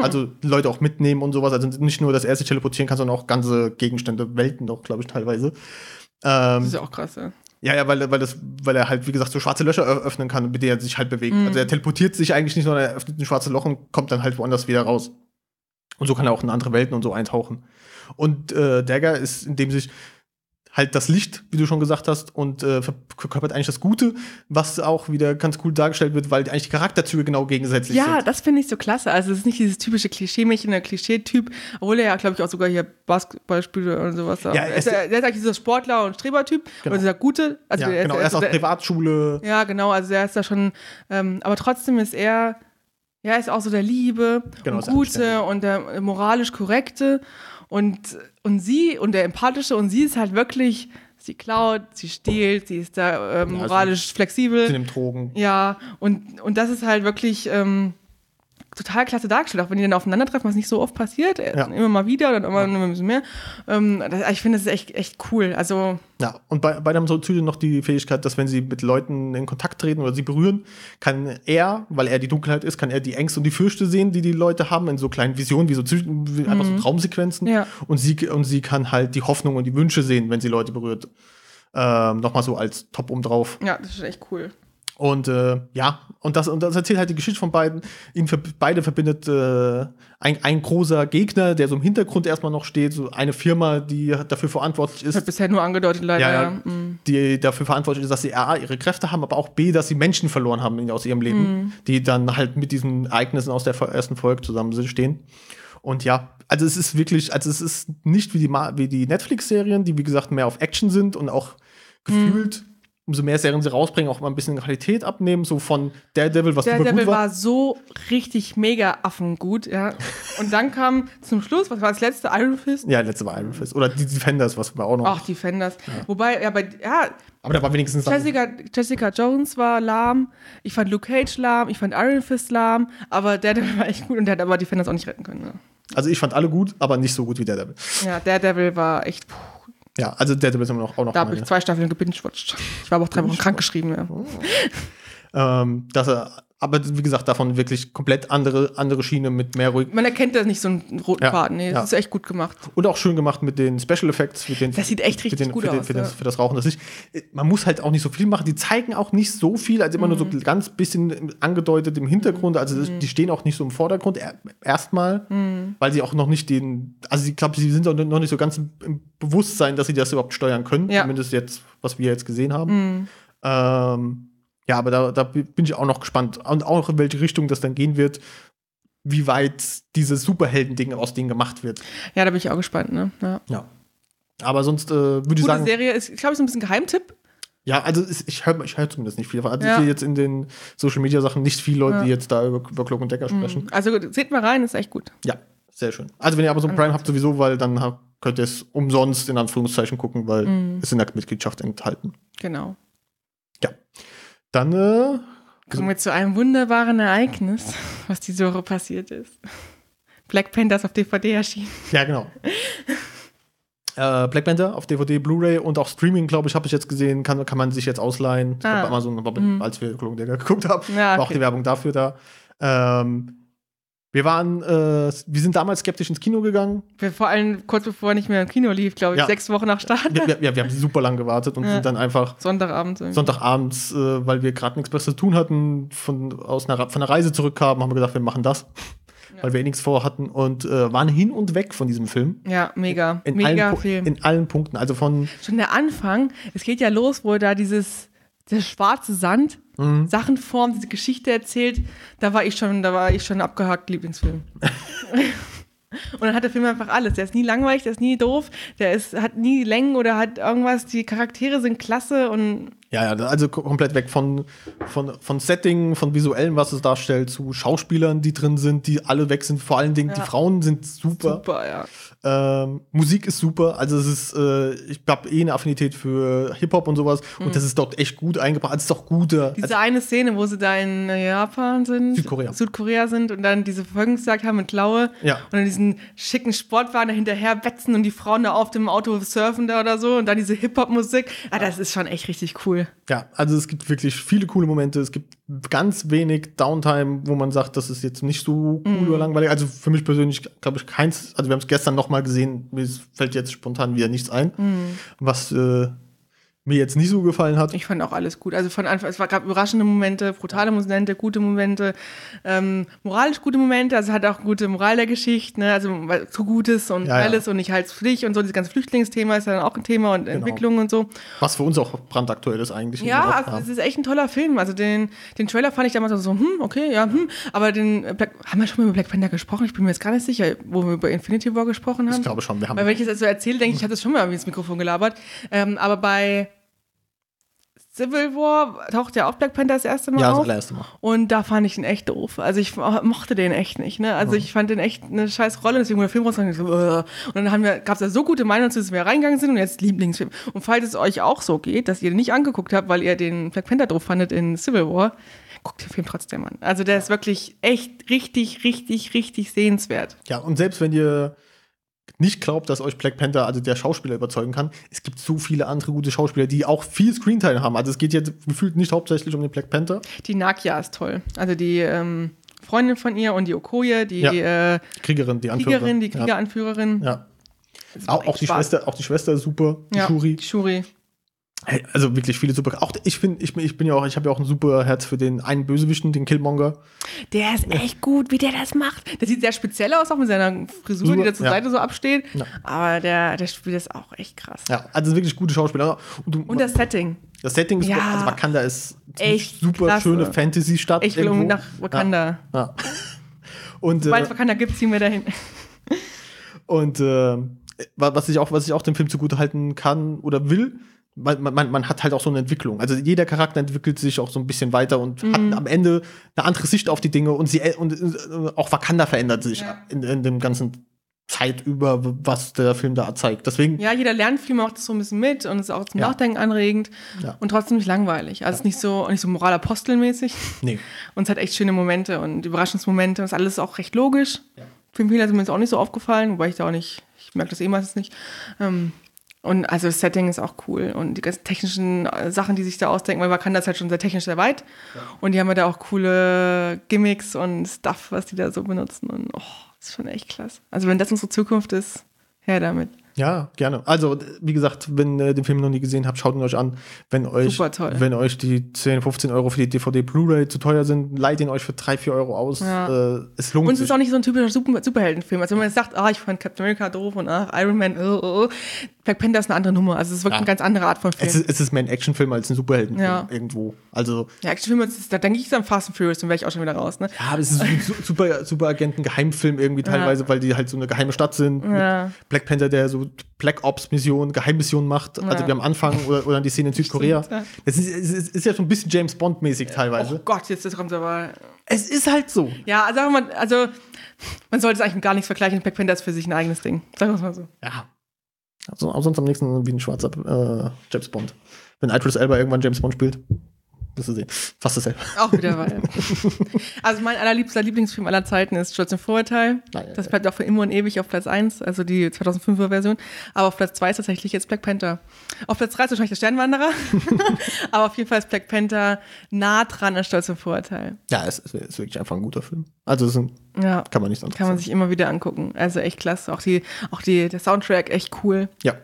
[SPEAKER 1] Also Leute auch mitnehmen und sowas. Also nicht nur, dass er sich teleportieren kann, sondern auch ganze Gegenstände, Welten auch, glaube ich, teilweise.
[SPEAKER 2] Das ist
[SPEAKER 1] Ähm,
[SPEAKER 2] ja auch krass, ja.
[SPEAKER 1] Ja, ja, weil, weil, das, weil er halt, wie gesagt, so schwarze Löcher ö- öffnen kann, mit denen er sich halt bewegt.
[SPEAKER 2] Mhm.
[SPEAKER 1] Also er teleportiert sich eigentlich nicht, sondern er öffnet ein schwarzes Loch und kommt dann halt woanders wieder raus. Und so kann er auch in andere Welten und so eintauchen. Und äh, Dagger ist, indem sich halt das Licht, wie du schon gesagt hast, und äh, verkörpert eigentlich das Gute, was auch wieder ganz cool dargestellt wird, weil eigentlich die Charakterzüge genau gegensätzlich
[SPEAKER 2] Ja,
[SPEAKER 1] sind.
[SPEAKER 2] das finde ich so klasse. Also es ist nicht dieses typische Klischee-Mädchen, der Klischee-Typ, obwohl er ja, glaube ich, auch sogar hier Basketball spielt oder sowas.
[SPEAKER 1] Ja,
[SPEAKER 2] er
[SPEAKER 1] er
[SPEAKER 2] ist,
[SPEAKER 1] ist-
[SPEAKER 2] er ist eigentlich dieser Sportler und Strebertyp
[SPEAKER 1] Genau.
[SPEAKER 2] und dieser gute. Also
[SPEAKER 1] ja, genau. Er ist aus
[SPEAKER 2] der-
[SPEAKER 1] Privatschule.
[SPEAKER 2] ja, genau, also er ist da schon, ähm, aber trotzdem ist er, ja, er ist auch so der Liebe
[SPEAKER 1] Genau,
[SPEAKER 2] und
[SPEAKER 1] ist
[SPEAKER 2] Gute
[SPEAKER 1] anständig.
[SPEAKER 2] und der moralisch Korrekte und, und sie und der Empathische und sie ist halt wirklich, sie klaut, sie stiehlt, sie ist da ähm,
[SPEAKER 1] Ja, also-
[SPEAKER 2] moralisch flexibel.
[SPEAKER 1] Sie nimmt Drogen.
[SPEAKER 2] Ja, und, und das ist halt wirklich ähm, total klasse dargestellt, auch wenn die dann aufeinandertreffen, was nicht so oft passiert, äh,
[SPEAKER 1] Ja.
[SPEAKER 2] immer mal wieder, dann immer nur ein bisschen mehr. Ähm, das, ich finde, das ist echt, echt cool. Also,
[SPEAKER 1] Ja, und bei, beide haben so zudem noch die Fähigkeit, dass wenn sie mit Leuten in Kontakt treten oder sie berühren, kann er, weil er die Dunkelheit ist, kann er die Ängste und die Fürchte sehen, die die Leute haben, in so kleinen Visionen, wie so zwischen, wie einfach so Traumsequenzen.
[SPEAKER 2] Ja.
[SPEAKER 1] Und, sie, und sie kann halt die Hoffnung und die Wünsche sehen, wenn sie Leute berührt. Ähm, Nochmal so als Top obendrauf.
[SPEAKER 2] ja, das ist echt cool.
[SPEAKER 1] Und äh, ja, und das, und das erzählt halt die Geschichte von beiden. Ihn ver beide verbindet äh, ein, ein großer Gegner, der so im Hintergrund erstmal noch steht, so eine Firma, die dafür verantwortlich
[SPEAKER 2] Das hat
[SPEAKER 1] ist,
[SPEAKER 2] bisher nur angedeutet, leider.
[SPEAKER 1] Ja,
[SPEAKER 2] Ja,
[SPEAKER 1] ja.
[SPEAKER 2] mm.
[SPEAKER 1] die dafür verantwortlich ist, dass sie A, ihre Kräfte haben, aber auch B, dass sie Menschen verloren haben in, aus ihrem Leben,
[SPEAKER 2] Mm.
[SPEAKER 1] die dann halt mit diesen Ereignissen aus der Fo- ersten Folge zusammenstehen. Und ja, also es ist wirklich, also es ist nicht wie die, Ma- wie die Netflix-Serien, die wie gesagt mehr auf Action sind und auch
[SPEAKER 2] Mm.
[SPEAKER 1] gefühlt, umso mehr Serien sie rausbringen, auch mal ein bisschen Qualität abnehmen, so von Daredevil, was
[SPEAKER 2] Der
[SPEAKER 1] super
[SPEAKER 2] Devil
[SPEAKER 1] gut war.
[SPEAKER 2] war so richtig mega affengut, ja. Und dann kam zum Schluss, was war das letzte? Iron Fist?
[SPEAKER 1] Ja, letzte war Iron Fist. Oder die Defenders, was war auch noch.
[SPEAKER 2] Mm. Ach, Defenders. Wobei, ja, bei, ja,
[SPEAKER 1] Aber da war wenigstens dann-
[SPEAKER 2] Jessica, Jessica Jones war lahm, ich fand Luke Cage lahm, ich fand Iron Fist lahm, aber Daredevil war echt gut und der hat aber Defenders auch nicht retten können. Ne?
[SPEAKER 1] Also ich fand alle gut, aber nicht so gut wie Daredevil.
[SPEAKER 2] Ja, Daredevil war echt, puh,
[SPEAKER 1] Ja, also Daredevil ist immer noch, auch noch
[SPEAKER 2] da habe
[SPEAKER 1] meine-
[SPEAKER 2] ich zwei Staffeln gebingewatcht. Ich war aber auch drei Wochen krank geschrieben. Ja.
[SPEAKER 1] Ähm, dass er, aber wie gesagt, davon wirklich komplett andere, andere Schiene mit mehr ruhig
[SPEAKER 2] Man erkennt da nicht so einen roten
[SPEAKER 1] Ja,
[SPEAKER 2] Faden, nee,
[SPEAKER 1] ja.
[SPEAKER 2] das ist echt gut gemacht.
[SPEAKER 1] und auch schön gemacht mit den Special Effects, mit den
[SPEAKER 2] Das sieht echt richtig
[SPEAKER 1] mit den,
[SPEAKER 2] gut
[SPEAKER 1] für den,
[SPEAKER 2] aus,
[SPEAKER 1] für, den,
[SPEAKER 2] ja.
[SPEAKER 1] für das Rauchen. Das Licht. Äh, Man muss halt auch nicht so viel machen. Die zeigen auch nicht so viel, also immer nur so
[SPEAKER 2] Mhm.
[SPEAKER 1] ganz bisschen angedeutet im Hintergrund. Also das- die stehen auch nicht so im Vordergrund er- erstmal,
[SPEAKER 2] Mhm.
[SPEAKER 1] weil sie auch noch nicht den, also ich glaube, sie sind auch noch nicht so ganz im- im Bewusstsein, dass sie das überhaupt steuern können.
[SPEAKER 2] Ja. Mhm.
[SPEAKER 1] Zumindest jetzt, was wir jetzt gesehen haben. Ähm, ja, aber da, da bin ich auch noch gespannt. Und auch in welche Richtung das dann gehen wird. wie weit dieses Superhelden-Ding aus denen gemacht wird.
[SPEAKER 2] Ja, da bin ich auch gespannt, ne? Ja.
[SPEAKER 1] Ja. Aber sonst äh, würde ich
[SPEAKER 2] Gute
[SPEAKER 1] sagen,
[SPEAKER 2] Serie ist, ich glaube, ist ein bisschen Geheimtipp.
[SPEAKER 1] ja, also es- ich höre ich hör zumindest nicht viel. davon. Also
[SPEAKER 2] Ja.
[SPEAKER 1] ich sehe jetzt in den Social Media Sachen nicht viele Leute,
[SPEAKER 2] Ja.
[SPEAKER 1] die jetzt da über, über Cloak und Decker sprechen.
[SPEAKER 2] Also seht mal rein, ist echt gut.
[SPEAKER 1] Ja, sehr schön. Also wenn ihr Amazon Prime habt sowieso, weil dann ha- könnt ihr es umsonst in Anführungszeichen gucken, weil
[SPEAKER 2] Mhm.
[SPEAKER 1] es in der Mitgliedschaft enthalten.
[SPEAKER 2] Genau.
[SPEAKER 1] Dann äh,
[SPEAKER 2] Kommen wir zu einem wunderbaren Ereignis, was diese Woche passiert ist. Black Panthers auf DVD erschienen.
[SPEAKER 1] Ja, genau. äh, Black Panther auf DVD, Blu-ray und auch Streaming, glaube ich, habe ich jetzt gesehen, kann, kann man sich jetzt ausleihen. Ich
[SPEAKER 2] Ah.
[SPEAKER 1] glaube, bei Amazon, aber als wir Cloak und Dagger geguckt haben,
[SPEAKER 2] Ja,
[SPEAKER 1] war auch
[SPEAKER 2] okay.
[SPEAKER 1] die Werbung dafür da. Ähm, wir waren, äh, wir sind damals skeptisch ins Kino gegangen.
[SPEAKER 2] Wir- Vor allem kurz bevor er nicht mehr im Kino lief, glaube ich,
[SPEAKER 1] Ja.
[SPEAKER 2] sechs Wochen nach Start.
[SPEAKER 1] Wir, wir, wir haben super lang gewartet und
[SPEAKER 2] Ja.
[SPEAKER 1] sind dann einfach
[SPEAKER 2] Sonntagabend. irgendwie.
[SPEAKER 1] Sonntagabends, äh, weil wir gerade nichts Besseres zu tun hatten, von, aus einer, Ra- von einer Reise zurückkamen, haben wir gedacht, wir machen das, weil wir eh nichts vor hatten und äh, waren hin und weg von diesem Film.
[SPEAKER 2] ja, mega.
[SPEAKER 1] In
[SPEAKER 2] mega
[SPEAKER 1] allen, Pu-
[SPEAKER 2] Film.
[SPEAKER 1] in allen Punkten. Also von
[SPEAKER 2] Schon der Anfang, es geht ja los, wo er da dieses der schwarze Sand Sachen formt, diese Geschichte erzählt. Da war ich schon, da war ich schon abgehakt, Lieblingsfilm. Und dann hat der Film einfach alles. Der ist nie langweilig, der ist nie doof, der ist, hat nie Längen oder hat irgendwas. Die Charaktere sind klasse und
[SPEAKER 1] Ja, ja, also ko- komplett weg von, von, von Setting, von visuellem, was es darstellt, zu Schauspielern, die drin sind, die alle weg sind. Vor allen Dingen die
[SPEAKER 2] Ja.
[SPEAKER 1] Frauen sind super.
[SPEAKER 2] super, ja.
[SPEAKER 1] Ähm, Musik ist super. Also es ist, äh, ich habe eh eine Affinität für Hip-Hop und sowas.
[SPEAKER 2] Mhm.
[SPEAKER 1] Und das ist dort echt gut eingebracht. Es ist doch guter.
[SPEAKER 2] Diese
[SPEAKER 1] Also,
[SPEAKER 2] eine Szene, wo sie da in äh, Japan sind,
[SPEAKER 1] Südkorea.
[SPEAKER 2] Südkorea sind und dann diese Verfolgungsjagd haben mit Klaue
[SPEAKER 1] Ja.
[SPEAKER 2] und dann diesen schicken Sportwagen da hinterher wetzen und die Frauen da auf dem Auto surfen da oder so und dann diese Hip-Hop-Musik. Ah, das ist schon echt richtig cool.
[SPEAKER 1] ja, also es gibt wirklich viele coole Momente. Es gibt ganz wenig Downtime, wo man sagt, das ist jetzt nicht so cool
[SPEAKER 2] Mhm.
[SPEAKER 1] oder langweilig. Also für mich persönlich glaube ich keins. Also wir haben es gestern noch mal gesehen. Mir fällt jetzt spontan wieder nichts ein, was äh, mir jetzt nicht so gefallen hat.
[SPEAKER 2] Mhm. Ich fand auch alles gut. Also von Anfang, es war- gab überraschende Momente, brutale Momente, gute Momente, ähm, moralisch gute Momente. Also es hat auch gute Moral der Geschichte, ne? also weil- zu Gutes und
[SPEAKER 1] Ja, ja.
[SPEAKER 2] alles und ich halte es für dich und so. Dieses ganze Flüchtlingsthema ist ja dann auch ein Thema und
[SPEAKER 1] Genau.
[SPEAKER 2] Entwicklung und so.
[SPEAKER 1] Was für uns auch brandaktuell ist eigentlich.
[SPEAKER 2] Ja,
[SPEAKER 1] Überhaupt,
[SPEAKER 2] also es ist echt ein toller Film. Also den, den Trailer fand ich damals auch so, hm, okay, ja, hm. Aber den äh, Black, haben wir schon mal über Black Panther gesprochen? Ich bin mir jetzt gar nicht sicher, wo wir über Infinity War gesprochen haben.
[SPEAKER 1] ich glaube schon, wir haben.
[SPEAKER 2] Weil wenn ich das jetzt so erzähle, denke ich, ich habe das schon mal irgendwie ins Mikrofon gelabert. Ähm, aber bei Civil War taucht ja auch Black Panther das erste Mal
[SPEAKER 1] ja, also das
[SPEAKER 2] auf.
[SPEAKER 1] allererste Mal.
[SPEAKER 2] Und da fand ich ihn echt doof. Also ich mochte den echt nicht. Ne? Also ich fand den echt eine scheiß Rolle. Deswegen wurde der Film rausgegangen. Ich so, "Ugh." und dann haben wir, gab's da so gute Meinungen, zu dass wir reingegangen sind und jetzt Lieblingsfilm. Und falls es euch auch so geht, dass ihr den nicht angeguckt habt, weil ihr den Black Panther doof fandet in Civil War, guckt den Film trotzdem an. Also der ist wirklich echt richtig, richtig, richtig sehenswert.
[SPEAKER 1] Ja, und selbst wenn ihr nicht glaubt, dass euch Black Panther, also der Schauspieler, überzeugen kann, es gibt so viele andere gute Schauspieler, die auch viel Screentime haben. Also es geht jetzt gefühlt nicht hauptsächlich um den Black Panther.
[SPEAKER 2] Die Nakia ist toll. Also die ähm, Freundin von ihr und die Okoye, die äh,
[SPEAKER 1] Die Kriegerin, die Anführerin.
[SPEAKER 2] Kriegerin, die Kriegeranführerin.
[SPEAKER 1] Ja. ja.
[SPEAKER 2] Das macht
[SPEAKER 1] Auch, auch,
[SPEAKER 2] echt
[SPEAKER 1] die
[SPEAKER 2] Spaß.
[SPEAKER 1] Schwester, auch die Schwester ist super, die
[SPEAKER 2] Ja,
[SPEAKER 1] Shuri.
[SPEAKER 2] die Shuri.
[SPEAKER 1] Hey, also wirklich viele super. Auch ich finde, ich, bin- ich bin ja auch, ich habe ja auch ein super Herz für den einen Bösewichten, den Killmonger.
[SPEAKER 2] Der ist echt gut, wie der das macht. Der sieht sehr speziell aus, auch mit seiner Frisur,
[SPEAKER 1] Super,
[SPEAKER 2] die da zur
[SPEAKER 1] ja.
[SPEAKER 2] Seite so absteht.
[SPEAKER 1] Ja.
[SPEAKER 2] Aber der, der spielt das auch echt krass.
[SPEAKER 1] Ja, also wirklich gute Schauspieler. Und, du-
[SPEAKER 2] Und das Setting.
[SPEAKER 1] das Setting ist,
[SPEAKER 2] Ja.
[SPEAKER 1] also Wakanda ist
[SPEAKER 2] Echt
[SPEAKER 1] super
[SPEAKER 2] klasse.
[SPEAKER 1] schöne Fantasy-Stadt.
[SPEAKER 2] Ich will um
[SPEAKER 1] irgendwo.
[SPEAKER 2] nach Wakanda.
[SPEAKER 1] Ja. ja. Und,
[SPEAKER 2] Sobald
[SPEAKER 1] äh,
[SPEAKER 2] es Wakanda gibt, ziehen wir dahin.
[SPEAKER 1] Und äh, wa- was ich auch, was ich auch dem Film zugute halten kann oder will, man, man- man, man hat halt auch so eine Entwicklung. Also jeder Charakter entwickelt sich auch so ein bisschen weiter und
[SPEAKER 2] Mhm.
[SPEAKER 1] hat am Ende eine andere Sicht auf die Dinge und sie und äh, auch Wakanda verändert sich
[SPEAKER 2] Ja.
[SPEAKER 1] in, in dem ganzen Zeit über, was der Film da zeigt. Deswegen,
[SPEAKER 2] Ja, jeder lernt viel, macht das so ein bisschen mit und ist auch zum
[SPEAKER 1] Ja.
[SPEAKER 2] Nachdenken anregend
[SPEAKER 1] Ja.
[SPEAKER 2] und trotzdem nicht langweilig. Also es ist nicht so, nicht so moralapostelmäßig.
[SPEAKER 1] nee.
[SPEAKER 2] Und es hat echt schöne Momente und Überraschungsmomente. Und ist alles auch recht logisch. Film Fehler sind mir jetzt auch nicht so aufgefallen, wobei ich da auch nicht, ich merke das eh meistens nicht. Ähm, und also das Setting ist auch cool und die ganzen technischen äh, Sachen, die sich da ausdenken, weil man kann das halt schon sehr technisch sehr weit. Und die haben ja da auch coole Gimmicks und Stuff, was die da so benutzen. Und oh, das ist schon echt klasse. Also wenn das unsere Zukunft ist, her damit.
[SPEAKER 1] Ja, gerne. Also, d- wie gesagt, wenn ihr den Film noch nie gesehen habt, schaut ihn euch an. Wenn euch,
[SPEAKER 2] Super toll.
[SPEAKER 1] wenn euch die 10, 15 Euro für die DVD Blu-ray zu teuer sind, leiht ihn euch für 3, 4 Euro aus.
[SPEAKER 2] Ja.
[SPEAKER 1] Äh, es lohnt
[SPEAKER 2] Und es
[SPEAKER 1] sich.
[SPEAKER 2] ist auch nicht so ein typischer Super Superheldenfilm. Also wenn man jetzt sagt, ah, ich fand Captain America doof und ah, Iron Man, uh, uh, uh. Black Panther ist eine andere Nummer. Also es ist wirklich
[SPEAKER 1] Ja.
[SPEAKER 2] eine ganz andere Art von Film.
[SPEAKER 1] Es ist, es ist mehr ein Actionfilm als ein Superheldenfilm
[SPEAKER 2] Ja.
[SPEAKER 1] irgendwo. Also,
[SPEAKER 2] ja, Actionfilme, das ist- da denke ich ist an Fast and Furious, dann wäre ich auch schon wieder raus. Ne?
[SPEAKER 1] ja, aber es ist ein Su- Super, Superagenten-Geheimfilm irgendwie teilweise, weil die halt so eine geheime Stadt sind. mit
[SPEAKER 2] Ja.
[SPEAKER 1] Black Panther, der so Black Ops-Missionen, Geheimmissionen macht. Also,
[SPEAKER 2] Ja.
[SPEAKER 1] wir am Anfang oder, oder die Szene in Südkorea.
[SPEAKER 2] Stimmt, ja.
[SPEAKER 1] Es ist, es ist, es ist ja schon ein bisschen James Bond-mäßig teilweise.
[SPEAKER 2] Oh Gott, jetzt kommt aber.
[SPEAKER 1] Es ist halt so.
[SPEAKER 2] Ja, also sagen wir mal, also man sollte es eigentlich mit gar nichts vergleichen. Black Panther ist für sich ein eigenes Ding. Sagen wir es mal so.
[SPEAKER 1] Ja. Also, aber sonst am nächsten wie ein schwarzer äh, James Bond. Wenn Idris Elba irgendwann James Bond spielt, wirst du sehen. Fast dasselbe.
[SPEAKER 2] Auch wieder weil. also mein allerliebster Lieblingsfilm aller Zeiten ist Stolz und Vorurteil.
[SPEAKER 1] Nein.
[SPEAKER 2] Das bleibt auch für immer und ewig auf Platz 1, also die 2005er Version. Aber auf Platz 2 ist tatsächlich jetzt Black Panther. Auf Platz 3 ist wahrscheinlich der Sternwanderer. Aber auf jeden Fall ist Black Panther nah dran an Stolz und Vorurteil.
[SPEAKER 1] Ja, es, es ist wirklich einfach ein guter Film. Also, es ist ein,
[SPEAKER 2] Ja.
[SPEAKER 1] kann man nichts anderes
[SPEAKER 2] Kann man sich immer wieder angucken. Also echt klasse. Auch, die, auch die, der Soundtrack, echt cool.
[SPEAKER 1] Ja.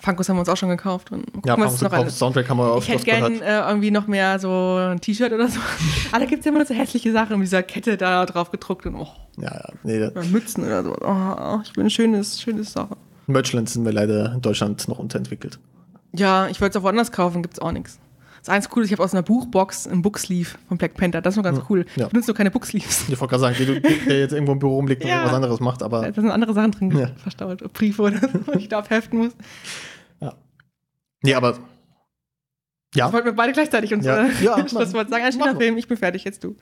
[SPEAKER 2] Funkos haben wir uns auch schon gekauft. Und gucken,
[SPEAKER 1] Ja,
[SPEAKER 2] was es
[SPEAKER 1] Punk-
[SPEAKER 2] noch
[SPEAKER 1] Punk-
[SPEAKER 2] alles.
[SPEAKER 1] Soundtrack haben wir auch
[SPEAKER 2] Ich hätte gern äh, irgendwie noch mehr so ein T-Shirt oder so. Aber da gibt es ja immer noch so hässliche Sachen mit dieser Kette da drauf gedruckt und oh,
[SPEAKER 1] Ja, ja. Nee, da-
[SPEAKER 2] oder Mützen oder so. Oh, ich will ein schönes, schönes Sache.
[SPEAKER 1] Merchlands sind wir leider in Deutschland noch unterentwickelt.
[SPEAKER 2] Ja, ich wollte es auch woanders kaufen, gibt's auch nichts. Das eins cool ist, ich habe aus einer Buchbox einen Booksleeve von Black Panther. Das ist noch ganz cool.
[SPEAKER 1] ja.
[SPEAKER 2] Ich benutze nur keine Booksleeves.
[SPEAKER 1] Ich wollte gerade sagen, der, der jetzt irgendwo im Büro rumliegt und
[SPEAKER 2] Ja.
[SPEAKER 1] irgendwas anderes macht, aber
[SPEAKER 2] Da sind andere Sachen drin
[SPEAKER 1] Ja.
[SPEAKER 2] verstaut. Briefe oder so, die ich da abheften muss.
[SPEAKER 1] nee, aber Ja.
[SPEAKER 2] Das wollten wir beide gleichzeitig uns
[SPEAKER 1] Ja.
[SPEAKER 2] ja.
[SPEAKER 1] Ja,
[SPEAKER 2] das
[SPEAKER 1] Mann.
[SPEAKER 2] Wort sagen. Ein schöner
[SPEAKER 1] Machen wir.
[SPEAKER 2] Film, ich bin fertig, jetzt du.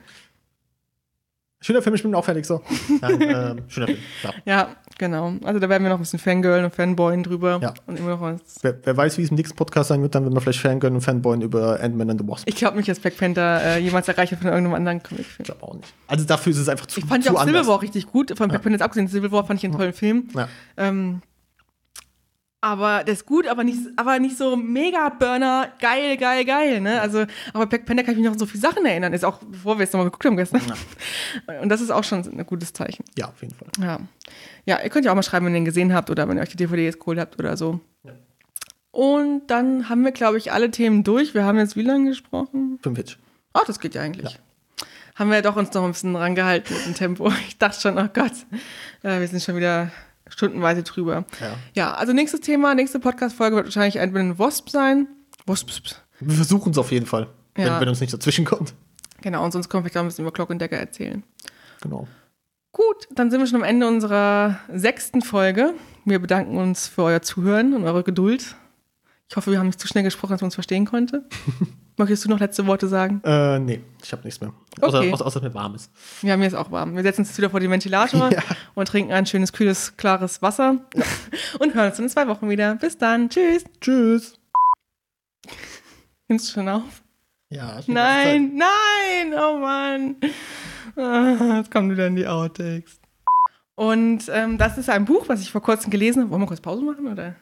[SPEAKER 1] schöner Film, ich bin auch fertig so. Nein, ähm, schöner Film. Ja.
[SPEAKER 2] Ja, genau. Also da werden wir noch ein bisschen Fangirl und Fanboyen drüber.
[SPEAKER 1] Ja.
[SPEAKER 2] Und immer noch was
[SPEAKER 1] Wer, wer weiß, wie es im nächsten Podcast sein wird, dann wird man vielleicht fangirlen und fanboyen über Ant-Man and the Wasp.
[SPEAKER 2] Ich glaube nicht, dass Black Panther äh, jemals erreicht wird von irgendeinem anderen Comicfilm.
[SPEAKER 1] glaube auch nicht. Also dafür ist es einfach zu
[SPEAKER 2] Ich fand
[SPEAKER 1] zu
[SPEAKER 2] ja auch Civil
[SPEAKER 1] anders.
[SPEAKER 2] War richtig gut. Von Black Panther jetzt abgesehen, Civil War fand ich einen tollen Film.
[SPEAKER 1] Ja.
[SPEAKER 2] Ähm, aber der ist gut, aber nicht, aber nicht so mega Burner, geil, geil, geil. Ne? Also, aber Black Panther kann ich mich noch an so viele Sachen erinnern. Ist auch, bevor wir es nochmal geguckt haben gestern. Und das ist auch schon ein gutes Zeichen.
[SPEAKER 1] ja, auf jeden Fall.
[SPEAKER 2] Ja. ja, ihr könnt ja auch mal schreiben, wenn ihr ihn gesehen habt oder wenn ihr euch die DVDs geholt habt oder so. Und dann haben wir, glaube ich, alle Themen durch. Wir haben jetzt wie lange gesprochen?
[SPEAKER 1] 45.
[SPEAKER 2] Oh, das geht ja eigentlich. Haben wir doch uns noch ein bisschen rangehalten mit dem Tempo. Ich dachte schon, oh Gott, äh, wir sind schon wieder stundenweise drüber.
[SPEAKER 1] Ja.
[SPEAKER 2] also nächstes Thema, nächste Podcast-Folge wird wahrscheinlich ein bisschen Wasp sein. Wasps.
[SPEAKER 1] Wir versuchen es auf jeden Fall,
[SPEAKER 2] Ja.
[SPEAKER 1] wenn, wenn uns nicht dazwischen kommt.
[SPEAKER 2] Genau, und sonst können wir vielleicht auch ein bisschen über Glock und Decker erzählen.
[SPEAKER 1] Genau.
[SPEAKER 2] Gut, dann sind wir schon am Ende unserer sechsten Folge. Wir bedanken uns für euer Zuhören und eure Geduld. Ich hoffe, wir haben nicht zu schnell gesprochen, dass man uns verstehen konnte. Möchtest du noch letzte Worte sagen?
[SPEAKER 1] Äh, nee, ich habe nichts mehr.
[SPEAKER 2] Okay.
[SPEAKER 1] Außer, außer, außer dass mir warm ist.
[SPEAKER 2] Ja, mir ist auch warm. Wir setzen uns jetzt wieder vor den Ventilator
[SPEAKER 1] Ja.
[SPEAKER 2] und trinken ein schönes, kühles, klares Wasser und hören uns in zwei Wochen wieder. Bis dann. Tschüss.
[SPEAKER 1] Tschüss.
[SPEAKER 2] Nimmst du schon auf?
[SPEAKER 1] Ja, ist die ganze Zeit.
[SPEAKER 2] Nein, nein. Oh Mann. Ah, Jetzt kommen wieder in die Outtakes. Und ähm, das ist ein Buch, was ich vor kurzem gelesen habe. Wollen wir kurz Pause machen? oder?